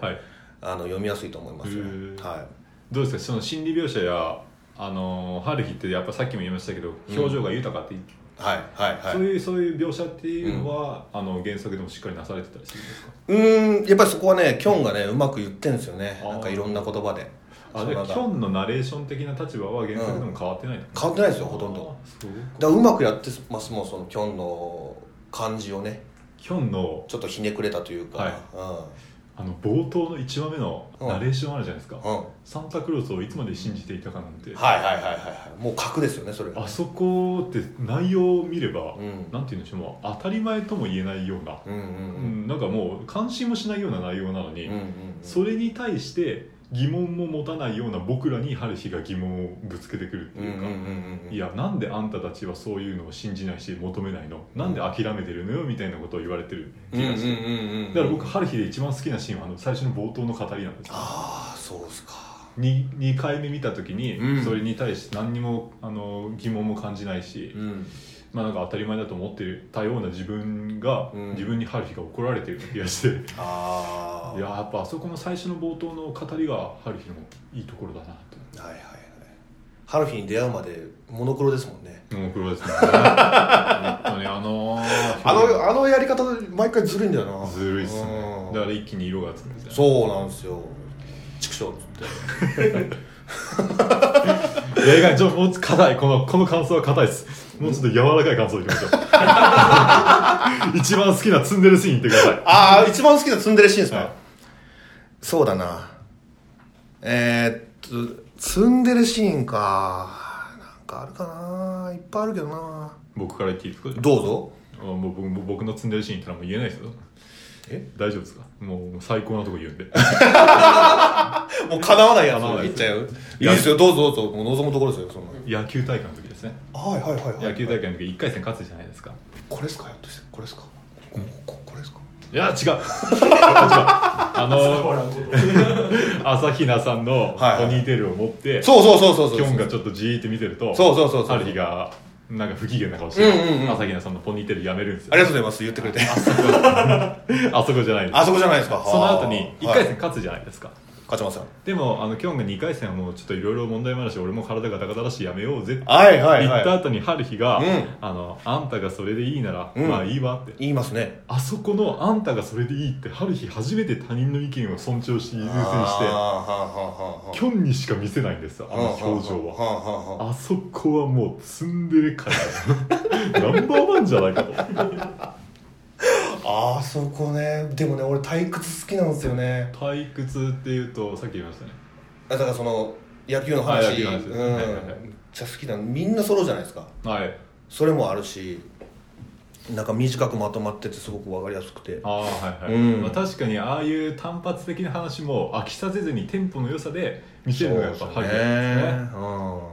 A: あの読みやすいと思いますよ
B: へー
A: は
B: どうですかその心理描写やあのー春日ってやっぱさっきも言いましたけど表情が豊かって言って、
A: いはいはい
B: そう
A: はい
B: いうそういう描写っていうのは、あの原作でもしっかりなされてたりするんですか
A: うーんやっぱりそこはねキョンがねうまく言ってんですよね
B: あー
A: なんかいろんな言葉で
B: あ
A: そ
B: で
A: うなん
B: キ
A: だ
B: ョンのナレーション的な立場は原作でも変わってないの、
A: 変わってないですよほとんど
B: あそう
A: だからうまくやってますもんそのキョンの感じをね
B: キョンの
A: ちょっとひねくれたというか、
B: はいあの冒頭の1話目のナレーションあるじゃないですか、
A: うん、うん、
B: サンタクロースをいつまで信じていたかなんて、
A: はいはいはいはいはいもう格ですよねそれが
B: あそこって内容を見れば、
A: うん
B: なんて言うんでしょうもう当たり前とも言えないような、
A: うんうん
B: う
A: うん
B: ん、なんかもう関心もしないような内容なのに、
A: うんうんうん
B: それに対して疑問も持たないような僕らに春日が疑問をぶつけてくるって
A: うんう
B: い
A: ん
B: うか、
A: うんうん
B: いやなんであんたたちはそういうのを信じないし求めないのなんで諦めてるのよみたいなことを言われてる
A: うん
B: 気
A: うんう
B: が
A: ん
B: して、
A: うんうん
B: だから僕春日で一番好きなシーンはあの最初の冒頭の語りなんですよ
A: ああそうっすか
B: 2, 2回目見た時に、
A: うん
B: それに対して何にもあの疑問も感じないし、
A: うん
B: まあなんか当たり前だと思ってたような自分が、
A: うん
B: 自分に春日が怒られてる気 がしてい
A: ああ
B: ややっぱあそこの最初の冒頭の語りが春日のいいところだなって
A: はいはいはい春日に出会うまでモノクロですもんね
B: もうプロですね 本当にあのー
A: あのあのやり方で毎回ずるいんだよな
B: ずるいっす
A: う
B: ね
A: ん
B: だから一気に色がつくんですね
A: そうなんですよ畜生っつって
B: いやいやちょもう硬いこのこの感想は硬いですもうちょっと柔らかい感想いきましょう 一番好きなツンデレシーン言ってくださ
A: ああ一番好きなツンデレシーンですか、
B: はい
A: そうだなえー、っとツンデレシーンかなんかあるかないっぱいあるけどない
B: 僕から言っていいですか
A: どうぞ
B: あもう僕もう僕のツンデレシーンってのはもう言えないですよ
A: え
B: 大丈夫ですかもうもう最高なとこ言うんで
A: もう叶わないやつ
B: 叶わない
A: いっちゃう
B: い
A: いい
B: や
A: ですよどうぞどうぞもう望むところですよそんな
B: 野球大会の時ですね
A: はいはいはいはい
B: 野球大会の時1回戦勝つじゃないですか
A: これですかやっとしてこれですかこここれですか
B: い や違う違うあの
C: 笑うこと
B: 朝比奈さんのポ
A: はいはい
B: ニーテールを持って、
A: そうそうそうそうそう
B: キョンがちょっとじーって見てると
A: そうそうそうそう
B: ハルヒがなんか不機嫌な顔して、
A: うんうんうん
B: 朝比奈さんのポニーテールやめるんですよ
A: ありがとうございます言ってくれて
B: あそこじゃないです
A: あそこじゃないですか
B: その後に1回
A: はい
B: 戦勝つじゃないですか、
A: 勝ちますよ
B: でもあのキョンが2回戦はもうちょっといろいろ問題もあるし俺も体がダカダカだしやめようぜって
A: はいはい
B: 言った
A: は
B: 後に春日が、
A: うん
B: あの「あんたがそれでいいなら、
A: うん
B: まあいいわ」って
A: い言いますね
B: あそこの「あんたがそれでいい」って春日初めて他人の意見を尊重し優先して
A: あーはんはんはんはんはん
B: キョンにしか見せないんですあの表情は
A: はんはんはんはん
B: あそこはもうツンデレ界 ナンバーワンじゃないかと
A: あーそこねでもね俺退屈好きなんですよね
B: 退屈っていうとさっき言いましたね
A: だからその野球の
B: はい野
A: 話
B: 球
A: う
B: の話
A: ん
B: です
A: め
B: はいはいはい
A: っちゃ好きなのみんな揃うじゃないですか
B: はい
A: それもあるしなんか短くまとまっててすごく分かりやすくて
B: ああはいはい、
A: うん
B: まあ、確かにああいう単発的な話も飽きさせずにテンポの良さで見せるのがやっぱ
A: そう
B: ハ
A: で
B: リ
A: す
B: ウ
A: ね
B: ッドなんですね
A: うん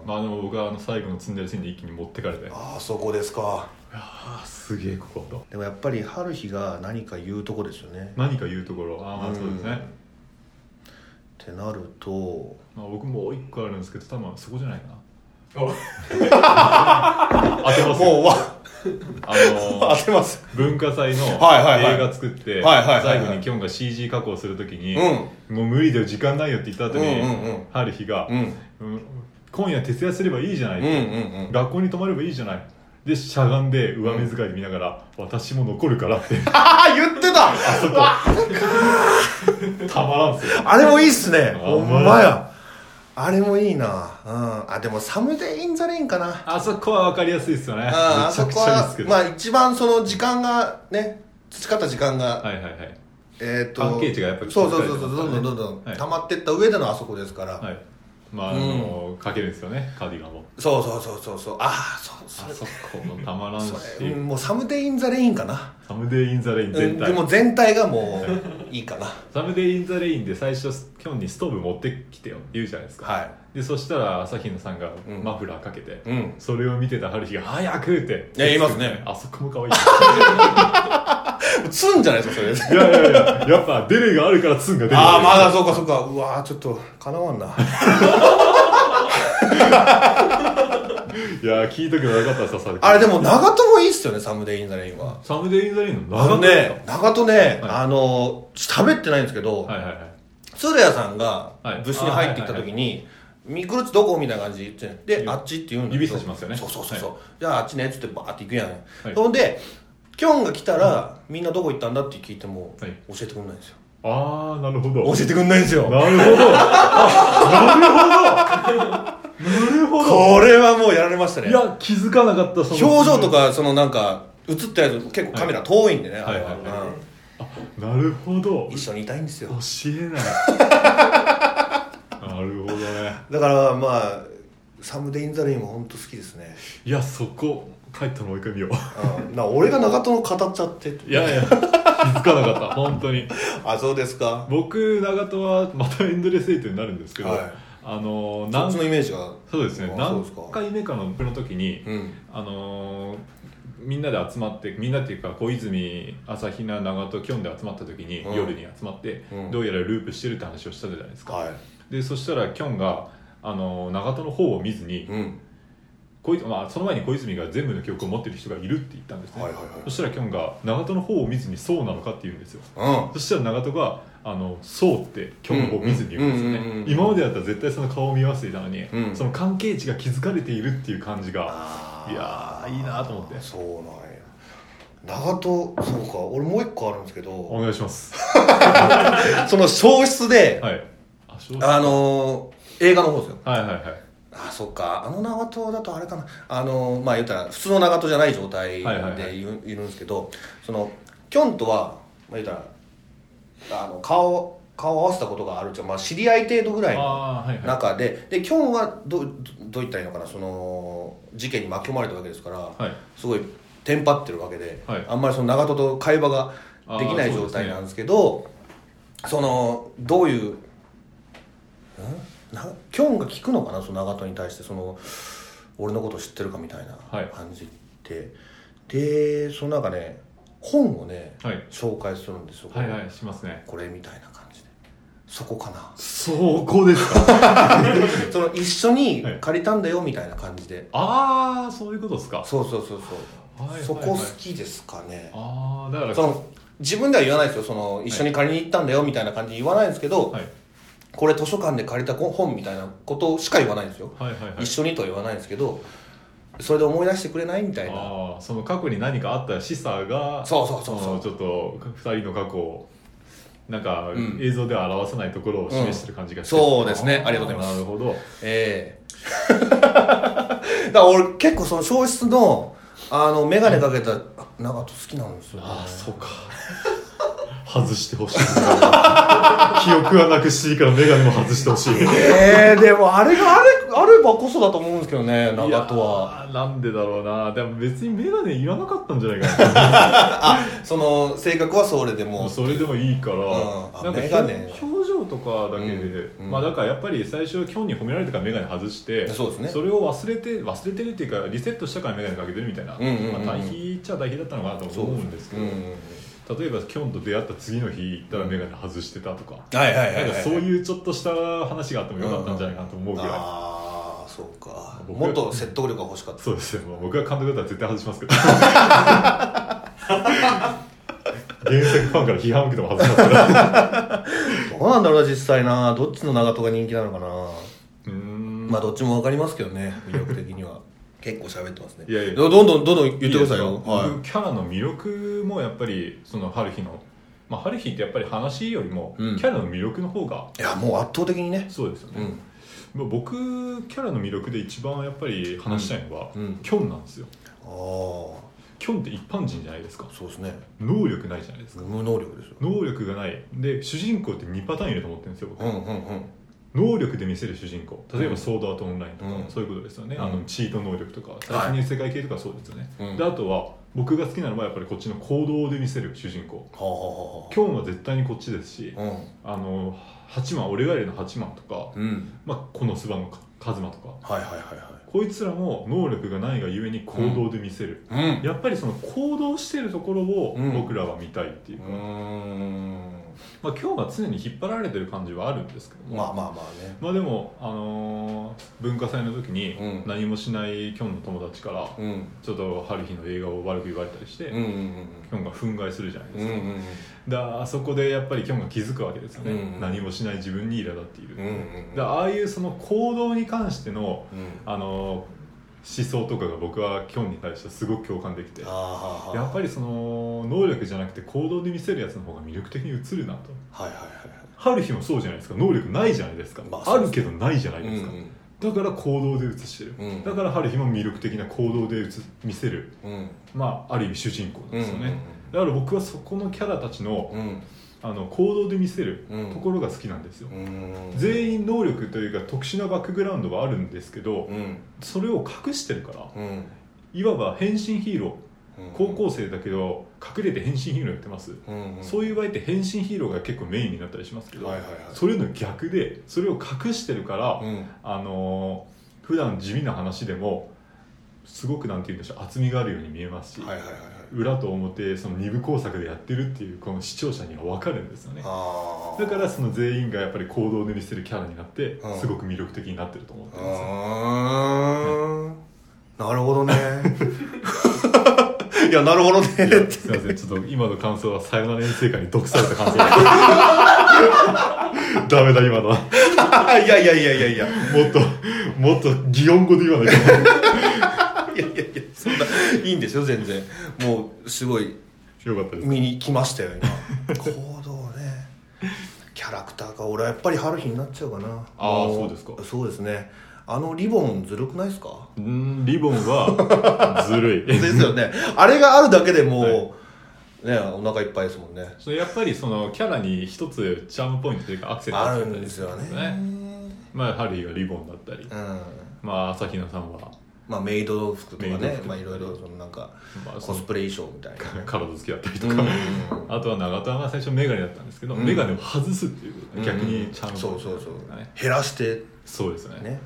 B: まあでも僕はあの最後のツンデレシーンで一気に持ってかれてあ
A: ああそこですか
B: あすげえここと
A: でもやっぱり春日が何か言うとこですよね
B: 何か言うところああまあそうですね、
A: ってなると
B: まあ、僕もう一個あるんですけど多分そこじゃないかな
C: お
B: 当てますよ
A: もうわ
B: あのー
A: 当てます
B: 文化祭の映
A: はいはいはい
B: 画作って
A: はいはいはいはい
B: 最後にキョンが CG 加工するときに
A: う
B: もう無理だよ時間ないよって言った後に
A: うんうんうん
B: 春日が
A: うん
B: うん今夜徹夜すればいいじゃない、
A: うんう ん
B: 学校に泊まればいいじゃないでしゃがんで上目遣いで見ながら、私も残るからって
A: ああ言ってた
B: たまらんっすよ
A: あれもいいっすね
B: あ
A: ほんまやあれもいいなうんあでも「サムデイ・イン・ザ・レイン」かな
B: あそこは分かりやすいっすよねめち
A: あーあ
B: ゃ
A: そ
B: く
A: こ
B: ちゃいいっ
A: は
B: すけど、
A: まあ一番その時間がね培った時間が、
B: はいはいはい
A: えっ、と
B: 関係値がやっぱり
A: そうそうそう
B: 作
A: そ
B: ら
A: う
B: れて
A: どんどん
B: ますからね
A: どんどん、
B: はい
A: 溜まってった上でのあそこですから、
B: はいまああの、かけるんですよねカーディガンを
A: そうそうそうそうそうああそうそ
B: あ
A: れ
B: そこもたまらんし
A: それ、うんもうサムデイ・イン・ザ・レインかな
B: サムデイ・イン・ザ・レイン
A: う
B: 全
A: ん、
B: 体、
A: でも全体がもういいかな
B: サムデイ・イン・ザ・レインで最初キョンにストーブ持ってきてよ言うじゃないですか、
A: は
B: でそしたら朝比奈さんが
A: うん
B: マフラーかけて、
A: いうん
B: それを見てた春日が「早く!」って
A: いや言いますね
B: あそこも可愛い
A: つんじゃないですかそれ
B: いやいやいややっぱデレがあるからツンが出る
A: ああまだそうかそうかうわーちょっとかなわんない
B: や聞いたくなかったですさ
A: あれでも長友もいいっすよねサムデイ・イン・ザ・レインは
B: サムデイ・イン・ザ・レインの
A: あの
B: 長友
A: ね長友ね、
B: はい
A: あの喋ってないんですけど、
B: はいはいはい
A: 鶴屋さんが
B: はい
A: 部室に入ってきた時に「ミクルチどこ?」みたいな感じで言って「で
B: 指
A: あっち」って言うんだ
B: 指さしますよね
A: そうそうそうそう、じゃああっちね」っつってバーって行くやん、
B: い
A: そんでキョンが来たら、みんなどこ行ったんだって聞いても、
B: はい
A: 教えてくんないんですよ
B: ああなるほど
A: 教えてくんないんですよ
B: なるほどあなるほどなるほど
A: これはもうやられましたね
B: いや気づかなかったそ
A: 表
B: の
A: 情とかそのなんか映ったやつ結構カメラ遠いんでね、
B: はい
A: あれは
B: はいはいはなるほど
A: うん一緒にいたいんですよ
B: 教えないなるほどね
A: だからまあサムデイン・ザ・レインも本当好きですね、
B: いやそこ帰ったの追い込みよう
A: うん、な俺が長友語っちゃって
B: いやいや気づかなかった本当に
A: あそうですか
B: 僕長友はまたエンドレスエイトになるんですけど、
A: はい
B: あの
A: そっ
B: 何
A: ちのイメージが
B: そうですね
A: あそう
B: 何
A: ですか
B: 回目かの僕の時に、
A: うん
B: あのーみんなで集まってみんなっていうか小泉朝比奈長門キョンで集まった時に、
A: うん
B: 夜に集まって、
A: うん
B: どうやらループしてるって話をしたじゃないですか、
A: は
B: でそしたらキョンが、あのー長門の方を見ずに
A: い、うん
B: 小泉まあ、その前に小泉が全部の記憶を持ってる人がいるって言ったんですね、
A: はいはいはい
B: そしたらキョンが長門の方を見ずにそうなのかって言うんですよ
A: うん
B: そしたら長門が「あのそう」ってキョンの方を見ずに言うんですよ
A: うんうんうん
B: ね
A: うん
B: 今までだったら絶対その顔を見合わせていたのに、
A: うん
B: その関係値が築かれているっていう感じがいやーいいなと思って
A: そうなんや長門そうか俺もう一個あるんですけ
B: お
A: ど
B: 願いします
A: その消失で、
B: はいあ正直
A: あのー映画の方ですよ
B: はいはいはい
A: あそっかあの長門だとあれかなあのーまあ言ったら普通の長門じゃない状態でい,、
B: はいはいはい
A: いるんですけどそのキョンとは、まあ、言ったらあの顔顔を合わせたことがあるっていうかまあ、知り合い程度ぐらいの
B: あーはいはい
A: 中ででキョンはどどどういったらいいのかなその事件に巻き込まれたわけですから、
B: はい
A: すごいテンパってるわけで、
B: はい
A: あんまりその長門と会話ができない
B: あーそう
A: 状
B: ですね
A: 態なんですけどそのどういうんなキョンが聞くのかなその長門に対してその俺のこと知ってるかみたいな
B: はい
A: 感じって、でその中ね本をね
B: はい
A: 紹介するんですよ、
B: はいはいしますね
A: これみたいな感じでそこかな
B: そこですか
A: その一緒に借りたんだよみたいな感じで、
B: ああそういうことですか
A: そうそうそうそう、
B: はいはいはい
A: そこ好きですかね
B: ああだから
A: その自分では言わないですよその一緒に借りに行ったんだよみたいな感じで言わないんですけど、
B: はい
A: これ図書館で借りた本みたいなことしか言わないんですよ、
B: はいはいはい
A: 一緒にとは言わないんですけどそれで思い出してくれないみたいな
B: ああその過去に何かあった示唆が
A: そうそうそうそう
B: のちょっと2人の過去をなんか
A: うん
B: 映像では表さないところを示してる感じがして、
A: うんそうですねありがとうございます
B: なるほど
A: え えだから俺結構その消失のあの眼鏡かけた長門好きなんですよ、ね、
B: ああそうか外してほしい記憶はなくしていいから眼鏡も外してほしい
A: えー、でもあれがあれあればこそだと思うんですけどね長
B: いや
A: 門は
B: ーなんでだろうなでも別に眼鏡いらなかったんじゃないかな
A: その性格はそれで
B: も
A: も
B: う
A: う
B: それでもいいから、
A: ん
B: なんか
A: 眼
B: 表
A: 鏡
B: 表情とかだけで、
A: うんうん
B: まあだからやっぱり最初キョンに褒められたから眼鏡外して
A: そうですね
B: れを忘れて忘れてるっていうかリセットしたから眼鏡かけてるみたいな、
A: うんうんうんうん
B: まあ、対比っちゃ対比だったのかなと思うんですけ
A: う
B: ど、
A: ん
B: 例えばキョンと出会った次の日行ったら眼鏡外してたとか、
A: はいはいはい、
B: なん
A: は
B: か
A: い、
B: そう
A: う
B: いうちょっとした話があってもよかったんじゃないかなと思うぐらい、
A: ああそうか
B: 僕
A: もっと説得力が欲しかった
B: そうですよもう僕が監督だったら絶対外しますけど原作ファンから批判を受けても外しますから
A: どうなんだろうな実際などっちの長門が人気なのかな
B: うーん
A: まあどっちもわかりますけどね魅力的には 結構喋ってますね
B: いやいや
A: どどんどんどんどん言ってください
B: いい
A: よ
B: ですか
A: はい
B: 僕キャラの魅力もやっぱりその春日の、まあ、春日ってやっぱり話よりもキ
A: うん
B: ャラの魅力の方が
A: いやもう圧倒的にね
B: そうですよ
A: う
B: ね、
A: ん
B: まあ僕キャラの魅力で一番やっぱり話したいのは、
A: うん
B: キョンなんですよ
A: ああ
B: キョンって一般人じゃないですか
A: そうですね
B: 能力ないじゃないですか
A: 無能力ですよ
B: 能力がないで主人公って2パターンいると思ってるんですよ、僕
A: うんうんうん
B: 能力で見せる主人公例え
A: うん
B: ばソードアートオンラインとか、
A: うん
B: そういうことですよね、
A: うん
B: あのチート能力とか最初に世界系とかそうですよね、
A: うん
B: であとは僕が好きなのはやっぱりこっちの行動で見せる主人公
A: はあは
B: キョンは絶対にこっちですし、
A: あはあ
B: あの八幡俺がいるの八幡とか、
A: うんうん
B: まあ、このスバのカズマとか
A: はいはいは
B: こいつらも能力がないがゆえに行動で見せる、
A: いはいうん
B: やっぱりその行動してるところを
A: うん
B: 僕らは見たいっていう
A: う
B: か、
A: ーん
B: まあ、今日は常に引っ張られてる感じはあるんですけども
A: まあまあまあね
B: まあでも、あのー文化祭の時に
A: うん
B: 何もしないキョンの友達から
A: うん
B: ちょっと春日の映画を悪く言われたりして、
A: うんうん
B: キョンが憤慨するじゃないで
A: うんう
B: す
A: ん
B: か、
A: うん
B: だあそこでやっぱりキョンが気づくわけですよね、
A: うん
B: 何もしない自分にイラだっていう、
A: うんうん
B: だああいうその行動に関しての、
A: うん
B: あのー思想とかが僕はキョンに対してすごく共感できて
A: ああはあはあ
B: やっぱりその能力じゃなくて行動で見せるやつの方が魅力的に映るなと
A: はいはいはいはい
B: 春日もそうじゃないですか能力ないじゃないですか、
A: まあ
B: あ、
A: そうで
B: る
A: す
B: けどないじゃない
A: うん
B: ですか、
A: うん
B: だから行動で映してる、
A: うん
B: だから春日も魅力的な行動で映す見せる
A: うん
B: まあある意味主人公なんですよね、
A: う
B: だから僕はそこのキャラたちの,、
A: ん
B: あの行動で見せる
A: うん
B: ところが好きなんですよ、
A: うん
B: 全員能力というか特殊なバックグラウンドはあるんですけど、
A: うん
B: それを隠してるから
A: うん
B: いわば変身ヒーロ
A: うん
B: ー高校生だけど隠れて変身ヒーローやってます、
A: うん
B: そう
A: い
B: いう場合って変身ヒーローが結構メインになったりしますけど、
A: はいはいはい
B: それの逆でそれを隠してるから、
A: うん
B: あのー普段地味な話でもすごくなんて言うんでしょう厚みがあるように見えますし、
A: はいはいはいはい
B: 裏と表その二部工作でやってるっていうこの視聴者には分かるんですよね
A: ああ
B: だからその全員がやっぱり行動で見せるキャラになって
A: うん
B: すごく魅力的になってると思ってます、
A: あーなるほどねいやなるほどね
B: いやすいませんちょっと今の感想はさよなら遠征会に毒された 感想だダメだ今のは い
A: やいやいやいやいや
B: もっともっと擬音語で言わないと
A: いやいやいやそんないいんですよ全然もうすごい
B: よかったです
A: 見に来ましたよ 今行動ねキャラクターが俺はやっぱり春日になっちゃうかな
B: あー
A: も
B: そうですか
A: そうですねあのリボンずるくないですか
B: うんリボンはずる
A: で
B: い
A: すよねあれがあるだけでもう、ねお腹いっぱいですもんね
B: そうやっぱりそのキャラに一つチャームポイントというかアクセントが
A: あ
B: つい
A: る
B: た
A: ん
B: り
A: ですよね
B: まあハリーがリボンだったり
A: う、ん
B: まあ朝比奈さんは、
A: まあメイド服とか
B: メイド
A: ね
B: 服
A: まあいろいろそのなんか
B: まあ、そ
A: コ
B: の
A: スプレ衣装みたいな
B: 体好きだったりと
A: うん
B: か、あとは長田が最初メガネだったんですけど、
A: うん
B: メガネを外すっていうことで、逆にチャームポ
A: そ
B: イ
A: う
B: ント
A: そ
B: に
A: うそう
B: なるんですかね
A: 減らして
B: そうですよね
A: ね、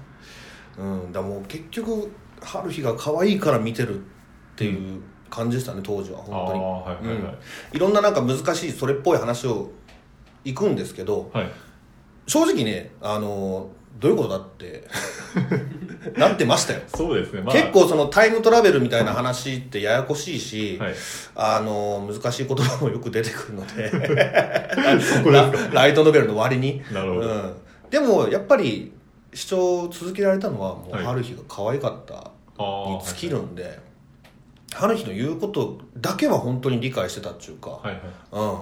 A: うん、だからもう結局春日が可愛いから見てるっていう感じでしたね当時は
B: ああ
A: 本
B: はい
A: 当
B: は
A: に、
B: い
A: うん
B: はい、
A: いろんななんか難しいそれっぽい話を行くんですけど
B: はい
A: 正直ねあのどういうことだって なってましたよ、
B: そうですね、まあ、
A: 結構そのタイムトラベルみたいな話ってややこしいし、
B: はい
A: あの難しい言葉もよく出てくるので
B: こで
A: ラライトノベルの割に
B: なるほど
A: うん、でもやっぱり主張を続けられたのはもう
B: はい
A: 春日が可愛かった
B: あ
A: に
B: あ
A: 尽きるんで、春日の言うことだけは本当に理解してたっていうか、
B: はいはい
A: うん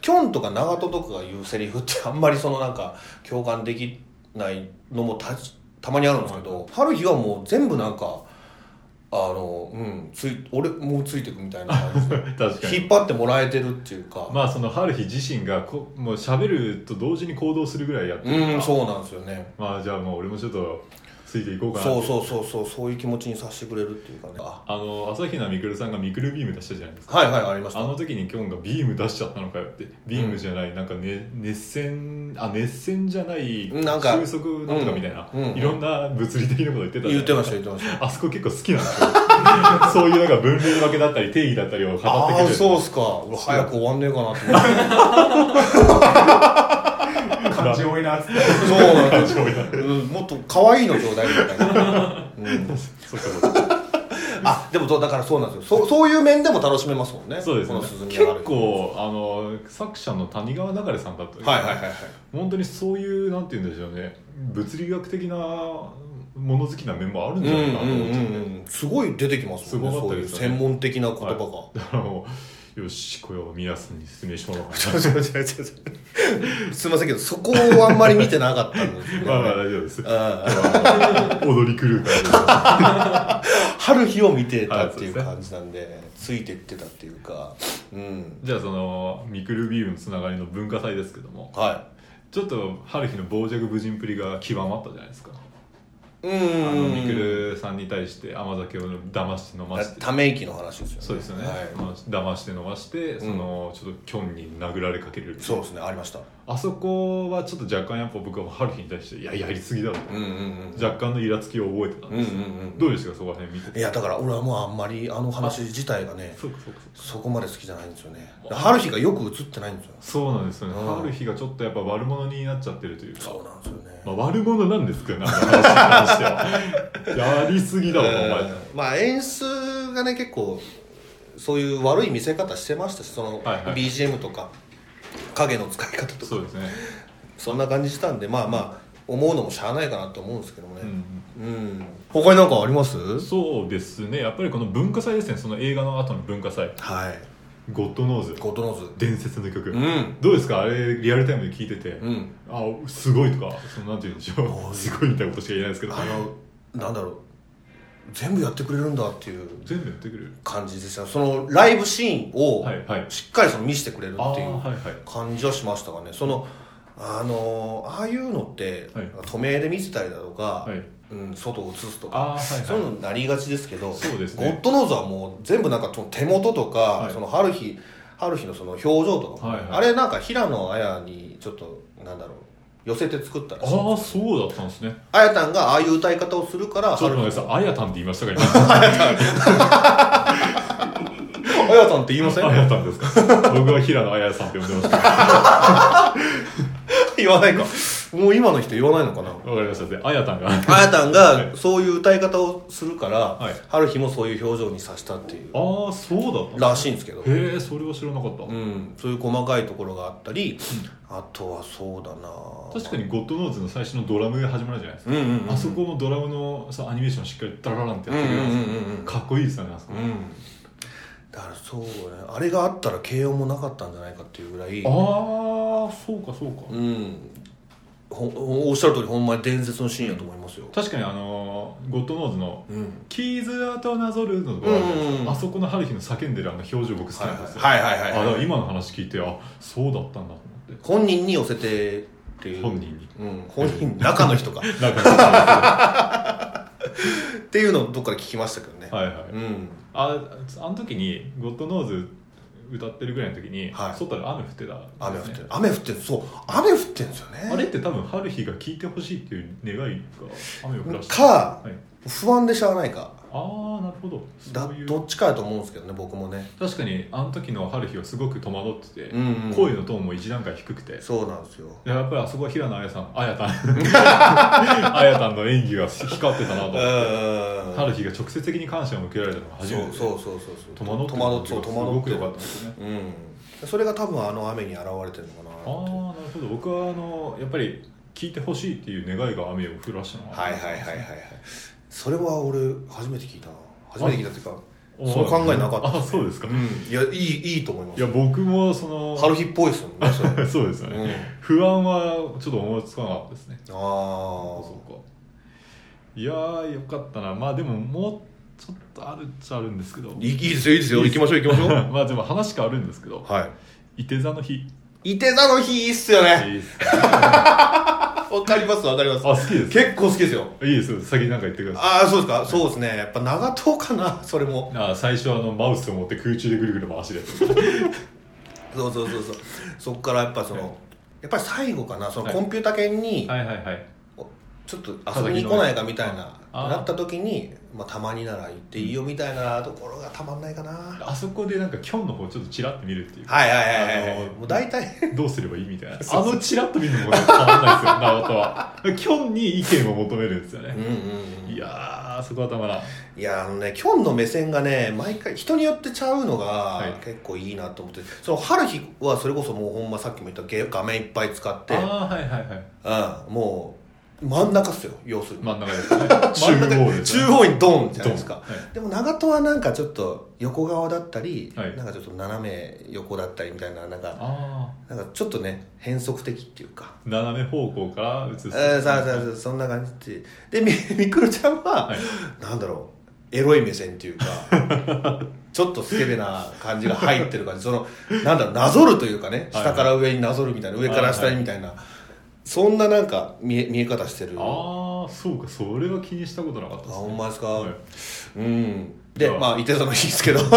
A: キョンとか長門とかが言うセリフってあんまりそのなんか共感できないのもたたまにあるんですけど、春日はもう全部なんかあのうんつい俺もうついてくみたいな感じで
B: 確かに
A: 引っ張ってもらえてるっていうか、
B: まあその春日自身がこもう喋ると同時に行動するぐらいやってるから
A: うんそうなんですよね
B: まあじゃあもう俺もちょっとついていこうかなって
A: そうそうそうそうそういう気持ちにさせてくれるっていうかねあ
B: あの朝比奈みくるさんがみくるビーム出したじゃないですか
A: はいはいありました
B: あの時にキョンがビーム出しちゃったのかよってビームじゃない、なんか、ね、熱線あ熱線じゃない
A: なんか
B: 収束なんとかみたいな、
A: うんうん
B: いろんな物理的なこと言ってたじゃ
A: 言っ
B: な
A: てま
B: いですか
A: した言ってました
B: あそこ結構好きなんです よそういうなんか分類分けだったり定義だったりを語ってく
A: あ
B: れ
A: あ
B: る
A: そうっすか俺早く終わんねえかなって思って
C: 感情多いなっつって
A: そうなんですよ
B: 感情が
A: うんもっと可愛いのちょうだいみたいな、うん
B: そうかそう か
A: あでもそうだからそうなんですよそうそういう面でも楽しめますもんね
B: そうです
A: こ
B: ね
A: の涼み
B: 結
A: がある
B: 構あの作者の谷川流さんだったり
A: はいはいはいはい
B: 本当にそういうなんて言うんでしょうね物理学的なもの好きな面もあるんじゃないかなと思っちゃって、
A: うんすごい出てきますもんね
B: すご
A: そ
B: か
A: う
B: っ
A: い
B: たで
A: う
B: すよね
A: 専門的な言葉が、
B: だからもう よしこれを皆さんに説明してもらおうか
A: ちょちょちょちょちょすいませんけどそこをあんまり見てなかったんですよ、 ね、
B: なまあまあ大丈夫です
A: うん
B: 踊り狂うから
A: 春日を見てたっていう感じなんでついてってたっていうかうん
B: じゃあそのミクルビームのつながりの文化祭ですけども
A: は
B: ちょっと春日の傍若無人っぷりが極まったじゃないですか
A: いう
B: あのミク
A: ん
B: ルさんに対して甘酒を騙して飲まして
A: ため息の話ですよね
B: そうですよね、
A: はい
B: まあ騙して飲ましてその、ちょっとキョンに殴られかける
A: そうですねありました
B: あそこはちょっと若干やっぱ僕は春日に対していややりすぎだろ
A: うんうんうん
B: と若干のイラつきを覚えてたん
A: うんうん
B: です、
A: うん
B: どうですかそこら辺見て
A: い
B: て
A: やだから俺はもうあんまりあの話自体がね
B: そうかそうかそうか
A: そこまで好きじゃないんですよね春日がよく映ってないんですよ
B: そうなんですよね、
A: うん
B: 春日がちょっとやっぱ悪者になっちゃってるというか
A: そうなんですよね
B: まあ、悪者なんですけどねあの話に関 してはやりすぎだろお前
A: うんまあ演出がね結構そういう悪い見せ方してましたしその
B: はいはい
A: BGM とか影の使い方とか
B: そうですね、
A: そんな感じしたんでまあまあ思うのもしゃあないかなと思うんですけどもね
B: うん、
A: うん、他になんかあります
B: そうですねやっぱりこの文化祭ですねその映画の後の文化祭
A: はい
B: 「ゴッドノーズ
A: ゴッドノーズ」
B: 伝説の曲、
A: うん
B: どうですかあれリアルタイムで聴いてて、
A: うん
B: あすごいとかそのなんて言うんでしょうすごいみたいなことしか言えないですけど
A: あのなんだろう全部やってくれるんだっていう
B: 全部やってくれる
A: 感じでしたそのライブシーンを
B: はいはい
A: しっかりその見せてくれる
B: あ
A: ってい
B: ー
A: う
B: はいはい
A: 感じはしましたかねそのあのああいうのって、
B: はい
A: なんか透明で見せたりだとか、
B: はい
A: うん、外を映すとか
B: あー
A: そ
B: は
A: う
B: い
A: いう
B: は
A: のになりがちですけど
B: そうです
A: ゴ
B: ね
A: ッドノーズはもう全部なんかその手元とか、
B: はい
A: その春日春日のその表情とかも、
B: はいはい
A: あれなんか平野綾にちょっとなんだろう寄せて作ったらしい
B: いああそうだったんですね
A: 綾たんがああいう歌い方をするから
B: ちょっ
A: 春
B: と
A: 日
B: 待ってくださいあやたんって言いましたか今
A: 綾たんって言いません
B: あやたんですか僕は平野あやさんって呼んでますけど
A: 言わないかもう今の人言わないのかな
B: わかりましたであやたんがあ
A: あやたんがそういう歌い方をするから、
B: い
A: 春日もそういう表情にさせたっていう
B: あそうだったんだ
A: らしいんですけど、
B: へえそれは知らなかった、
A: うん、そういう細かいところがあったり、あとはそうだな
B: 確かにゴッドノーズの最初のドラムが始まるじゃないですか、
A: うんうんうんうん
B: あそこもドラムのさアニメーションしっかりダラランってやってくれるんですよ、
A: うんうんうんうん
B: かっこいいですよねあそこ、
A: うんだからそうねあれがあったら慶応もなかったんじゃないかっていうぐらい
B: ああそうかそうか、
A: うんほおっしゃる通りほんまに伝説のシーンやと思いますよ、
B: 確かにあのーゴッドノーズの
A: うん
B: 「キーズアートなぞる」のとこあるじゃないです
A: うんう
B: か
A: んうん
B: あそこの春日の叫んでるあの表情僕好き
A: はい
B: なんですよ、
A: はいはいはい
B: あ
A: はい
B: だ
A: は
B: か
A: い
B: ら今の話聞いてあそうだったんだと思って
A: 本人に寄せてっていう
B: 本人に
A: うん、本人中の 人かっ
B: なんか
A: ていうのをどっかで聞きましたけどね、
B: はいはい
A: うん
B: ああの時に「ゴッドノーズ」歌ってるぐらいの時に、
A: はい
B: 外で雨降ってた、
A: 雨降ってる雨降ってるそう雨降ってるんですよね
B: あれって多分春日が聴いてほしいっていう願いが雨を降らして
A: か
B: はい、
A: 不安でしゃあないか
B: ああなるほど
A: だ
B: そういう
A: どっちかやと思うんですけどね僕もね
B: 確かにあの時の春日はすごく戸惑ってて、
A: うんうん
B: 声のトーンも一段階低くて
A: そうなんですよ
B: やっぱりあそこは平野綾さん綾た ん綾たんの演技が光ってたなと思って
A: う
B: 春日が直接的に感謝を向けられたのが
A: ん
B: 初
A: そ
B: めて
A: う
B: で
A: そうそうそうそう
B: 戸惑って
A: 戸惑ってそう
B: す
A: 戸
B: ごく
A: 惑
B: 良
A: って
B: かったんですよね
A: うんそれが多分あの雨に現れてるのか
B: あ
A: な
B: あーなるほど僕はあのやっぱり聞いてほしいっていう願いが雨を降らしたの
A: はいはいはいはいはいそれは俺初めて聞いたな初めて聞いたっていうか
B: お
A: そう考えなかった
B: あそうですか、い
A: うんいやいいいいと思います
B: や僕もその
A: 春日っぽいですもんねそれ
B: そうですよね、
A: うん
B: 不安はちょっと思いつかなかったですね
A: あ
B: そう
A: あ
B: そうかいやーよかったなまあでももうちょっとあるっちゃあるんですけど
A: いいいいですよいいですよ行きましょう行きましょう
B: まあでも話変わるんですけど
A: は
B: 伊手座の日
A: いいて座の日いいっすよ ね
B: いいっす
A: わかりますわかります
B: あ好きです
A: 結構好きですよ
B: いいですよ先に何か言ってください
A: ああそうですかそうですねやっぱ長党かなそれも
B: あ最初あのマウスを持って空中でぐるぐる回しで
A: そうそうそうそうそっからやっぱその、
B: はい
A: やっぱり最後かなその
B: はい
A: コンピュータ犬に
B: はいはいはい
A: ちょっと遊びに来ないかみたいな
B: あー
A: なった時に、まあ、たまになら行っていいよみたいなところがたまんないかな、はい
B: あそこでなんかキョンの方ちょっとチラッと見るっていうか
A: はいはいはい、
B: あの
A: もう大体
B: どうすればいいみたいな
A: そう
B: あ
A: そう
B: のチラッと見るのもねたまんないですよ直人はキョンに意見を求めるんですよ
A: うん
B: ね
A: うん、うん、
B: いやーそこはたまらん
A: いやあのねきょんの目線がね毎回人によってちゃうのが
B: い
A: 結構いいなと思って、その春日はそれこそもうほんまさっきも言ったゲ画面いっぱい使って、
B: ああーはいはいはい
A: うん、もう真ん中っすよ要するに、
B: 真ん中ですね
A: 真ん中
B: 中央ですね
A: 中央にドンじゃないです
B: は
A: か
B: い
A: でも長門はなんかちょっと横側だったり、
B: はい
A: なんかちょっと斜め横だったりみたいななんか
B: あ
A: なんかちょっとね変則的っていうか
B: あ斜め方向から映す
A: えー、さあさあさあそんな感じってでみ みくるちゃんは、
B: はい
A: なんだろうエロい目線っていうか ちょっとスケベな感じが入ってる感じそのなんだろうなぞるというかね
B: はい
A: 下から上になぞるみたいな上から下にみたいな、そんななんか見え見え方してるあ
B: ああそうかそれは気にしたことなかったです、
A: ほ
B: ね、
A: んまですか、
B: はい
A: うんで
B: じゃあ
A: まあいて座の日ですけど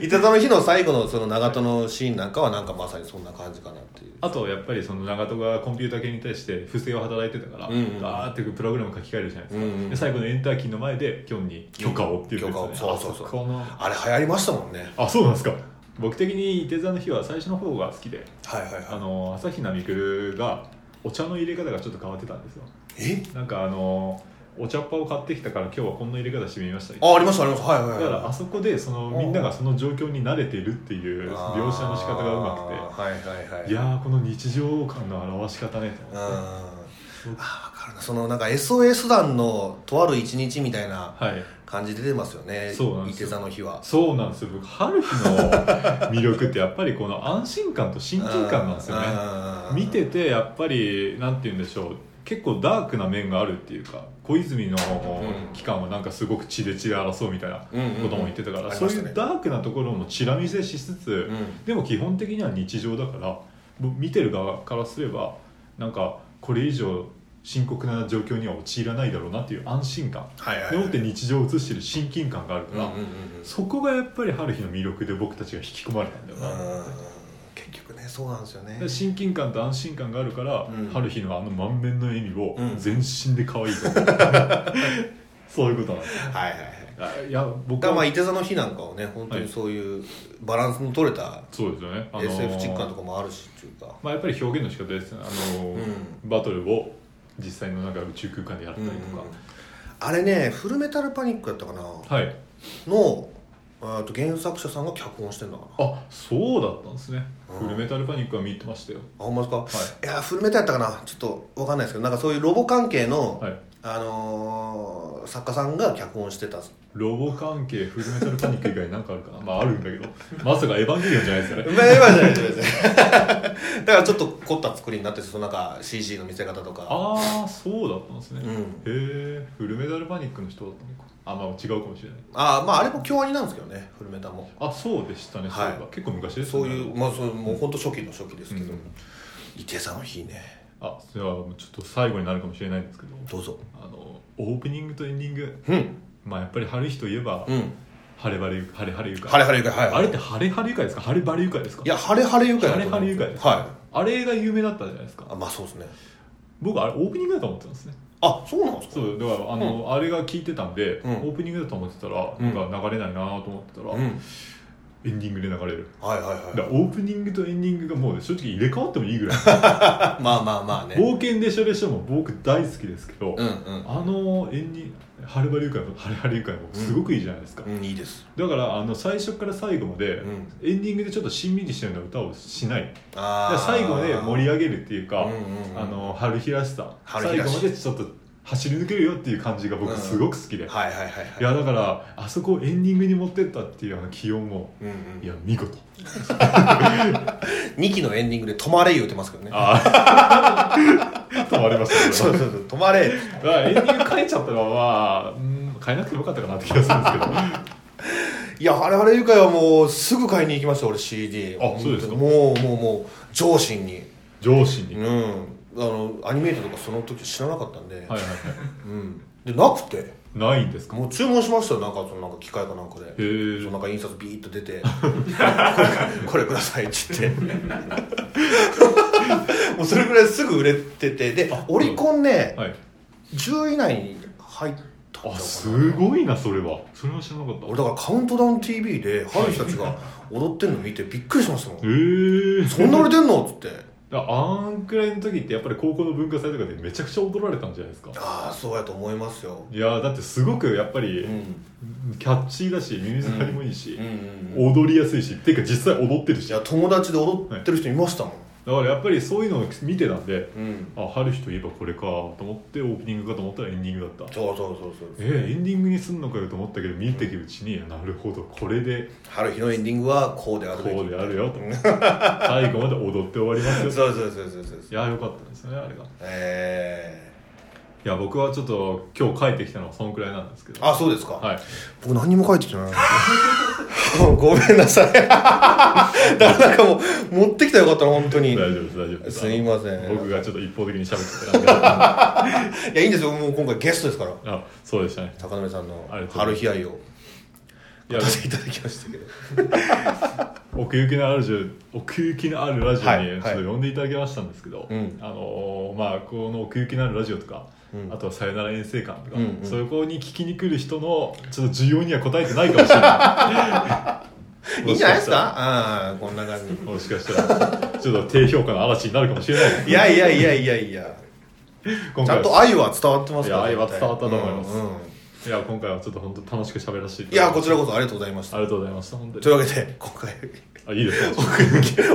A: いて座の日の最後のその長門のシーンなんかはなんかまさにそんな感じかなっていう
B: あとやっぱりその長友がコンピューター系に対して不正を働いてたから、
A: うんうん
B: ガーってプログラム書き換えるじゃないですか、
A: うんうん
B: で最後のエンターキーの前でキョンに許可をっていうことです
A: 許可をそうそうそう
B: あこの
A: あれ流行りましたもんね
B: あそうなんですか僕的に伊手座の日は最初の方が好きで
A: はいはい
B: あ
A: はい
B: の朝比奈未来がお茶の入れ方がちょっと変わってたんですよ
A: え
B: なんかあのお茶っ葉を買ってきたから今日はこんな入れ方してみましたみたいな
A: あありましたありましたはいはいは
B: だ
A: い
B: からあそこでそのみんながその状況に慣れているっていう描写の仕方がうまくて
A: くてはいはいはい
B: いやーこの日常感の表し方ねと
A: うん
B: 思って
A: ああ分かるなそのなんか SOS 団のとある一日みたいな
B: はい
A: 感じで出てますよね
B: そうなんです
A: い
B: よ
A: て座の日は
B: そうなんですよ僕春日の魅力ってやっぱりこの安心感と親近感なんですよね
A: ね
B: 見ててやっぱりなんて言うんでしょう結構ダークな面があるっていうか小泉の
A: うん
B: 期間はなんかすごく血で血で争うみたいな
A: うんうんうん
B: ことも言ってたから、
A: あり
B: そ
A: ま
B: う
A: し
B: い
A: たね
B: うダークなところもチラ見せしつつ、
A: うん
B: でも基本的には日常だからもう見てる側からすればなんかこれ以上深刻な状況には陥らないだろうなっていう安心感
A: はいはい
B: で
A: はい
B: もって日常を映してる親近感がある
A: う
B: か
A: んう
B: ら、
A: んうんうん
B: そこがやっぱり春日の魅力で僕たちが引き込まれたんだよな、
A: うん結局ねそうなんですよね
B: で親近感と安心感があるから、
A: うん
B: 春日のあの満面の笑みを
A: うん
B: 全身で可愛いと思う、そういうことなんです
A: はいはいはい
B: あいや僕
A: だからまあ
B: はい
A: て座の日なんかをね本当にそういうバランスの取れた
B: そうですよね、あのー
A: SF チックなとこもあるしっていうか
B: まあ、やっぱり表現の仕方ですね、あのー
A: う
B: バトルを実際のなんか宇宙空間でやったりとか、
A: あれねフルメタルパニックやったかな
B: はい
A: のあと原作者さんが脚本してんだかな
B: あそうだったんですね、
A: うん
B: フルメタルパニックは見てましたよ
A: あほんまですか、、
B: はい
A: やフルメタやったかなちょっと分かんないですけどなんかそういうロボ関係の、
B: はい
A: あのー作家さんが脚本してた
B: ロボ関係フルメタルパニック以外なんかあるかなまああるんだけどまさかエヴァンゲリオンじゃないですよね
A: まあ今じゃないです だからちょっと凝った作りになっててそのなんか CG の見せ方とか
B: ああそうだったんですね、
A: う
B: へ
A: ん
B: えフルメタルパニックの人だったのかあまあ違うかもしれない
A: あーまああれも京アニなんですけどねフルメタも
B: あそうでしたね、
A: はい
B: そういえば結構昔ですね
A: そういうまあそうもう本当初期の初期ですけど、
B: うん
A: 伊手さんの日ね
B: あじゃあちょっと最後になるかもしれないんですけど
A: どうぞ
B: あのオープニングとエンディング
A: うん
B: まあやっぱり春日といえば、
A: うん
B: 晴れ晴れゆか晴れ晴れゆか
A: 晴れ晴れ愉快はい
B: あれって晴れ晴れゆかですか晴れ晴れゆかですか
A: いや晴れ晴れ愉快だと思う
B: 晴れ晴れ愉快です
A: は
B: あれが有名だったじゃないです
A: いあ
B: か
A: まあそうですね
B: 僕あれオープニングだと思ってたんですね
A: あそうなんですか
B: そうだからあの、あれが聞いてたんで、
A: うん
B: オープニングだと思ってたら、
A: うん
B: なんか流れないなと思ってたら、
A: うん
B: エンディングで流れる
A: はいはいはい
B: だからオープニングとエンディングがもう正直入れ替わってもいいぐらい
A: まあまあまあね。
B: 冒険でしょでしょも僕大好きですけど、
A: うんうん。
B: あのエンディング晴れ晴れゆかも晴れ晴れゆかもすごくいいじゃないですか、
A: うん、いいです。
B: だからあの最初から最後まで、
A: うん
B: エンディングでちょっとしんみりしたような歌をしない
A: あ
B: で最後で盛り
A: 上
B: 上げるっていうか、
A: うんうんうん
B: あの春日らしさ
A: 春日らしい
B: 最後までちょっと走り抜けるよっていう感じが
A: うん
B: 僕すごく好きで、
A: はいはいはい
B: い
A: はい。
B: やだからあそこをエンディングに持ってったっていうあの気温も
A: うんうん、
B: いや見事
A: 2期のエンディングで「止まれ」言うてますけどね
B: ああ 止まりましたけ
A: そ
B: ど
A: うそうそう「止まれ」
B: だからエンディング変えちゃったのはまあうん変えなくてもよかったかなって気がするんですけ ど
A: いや我々ゆかいはもうすぐ買いに行きました俺 CD
B: あそうですか
A: もうもうもう上心に
B: 上司に、
A: う
B: はい
A: んあのアニメートとかその時知らなかったんで、
B: はいは
A: うん、でなくて
B: いないんですかへ
A: もう注文しましたよなんかそのなんか機械かなんかでその
B: え
A: なんか印刷ビーッと出て これ「これください」って言って もうそれぐらいすぐ売れててでオリコンね、
B: はい
A: 10位以内に入ったんだか
B: あ
A: な
B: すごいなそれはそれは知らなかった
A: 俺だからカウントダウン TV で春日たちが踊ってんの見てびっくりしましたもん
B: えー、
A: そん な売れてんのっつって
B: ああんくらいの時ってやっぱり高校の文化祭とかでめちゃくちゃ踊られたんじゃないですか
A: ああそうやと思いますよ
B: いやーだってすごくやっぱり
A: うん
B: キャッチーだし耳障りもいいし
A: う、んうん
B: 踊りやすいしっていうか実際踊ってるし
A: い
B: だ
A: や
B: か
A: 友達で踊ってる人いましたもん、
B: らやっぱりそういうのを見てたんで
A: うん
B: あ春日といえばこれかと思ってオープニングかと思ったらエンディングだった
A: そうそうそうそう
B: えー、エンディングにすんのかよと思ったけど見ていくうちになるほどこれで
A: 春日のエンディングはこうであるべき
B: こうであるよと最後まで踊って終わります
A: そう
B: よ
A: そうそうそうそう
B: いやよかったですねあれがい
A: え
B: や僕はちょっと今日帰ってきたのはそのくらいなんですけど
A: ー、あそうですか、
B: はい
A: 僕何にも書いてきてない ごめんなさい だからなんかもう持ってきたらよかったな本当に
B: 大
A: い
B: 丈夫です大丈夫です
A: すいません
B: あの僕がちょっと一方的に喋ってたなんで
A: やいいんですよもう今回ゲストですから
B: あそうでしたね
A: 高野さんの
B: ありがとうございます
A: 春日愛を
B: いや
A: 出していただきましたけど
B: 奥行きのあるラジオ奥行きのあるラジオ
A: はい
B: にちょっと呼んでいただきましたんですけど、
A: うん
B: あのーまあこの奥行きのあるラジオとか、
A: うん
B: あとは「さよなら遠征館」と
A: う
B: か、
A: んうん
B: そこに聞きに来る人のちょっと需要には応えてないかもしれない
A: いいんじゃないですかああこんな感じ
B: もしかしたらちょっと低評価の嵐になるかもしれないです
A: いやいやいやいやいや
B: 今
A: ちゃん
B: 回は
A: と愛は伝わってますから
B: いや愛は伝わったと思います
A: うんうん
B: いや今回はちょっと本当楽しく喋らせてい
A: いやこちら
B: こ
A: こそありがとうございました
B: ありがとうございました本当
A: とい
B: に
A: うわけで今回
B: あいいですね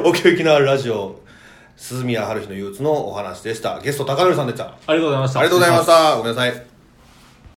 A: お給きのあるラジオ鈴宮春日の憂鬱のお話でしたゲスト高典さんでしたあ
B: ありがとうございました
A: りがとうございましたごめんなさい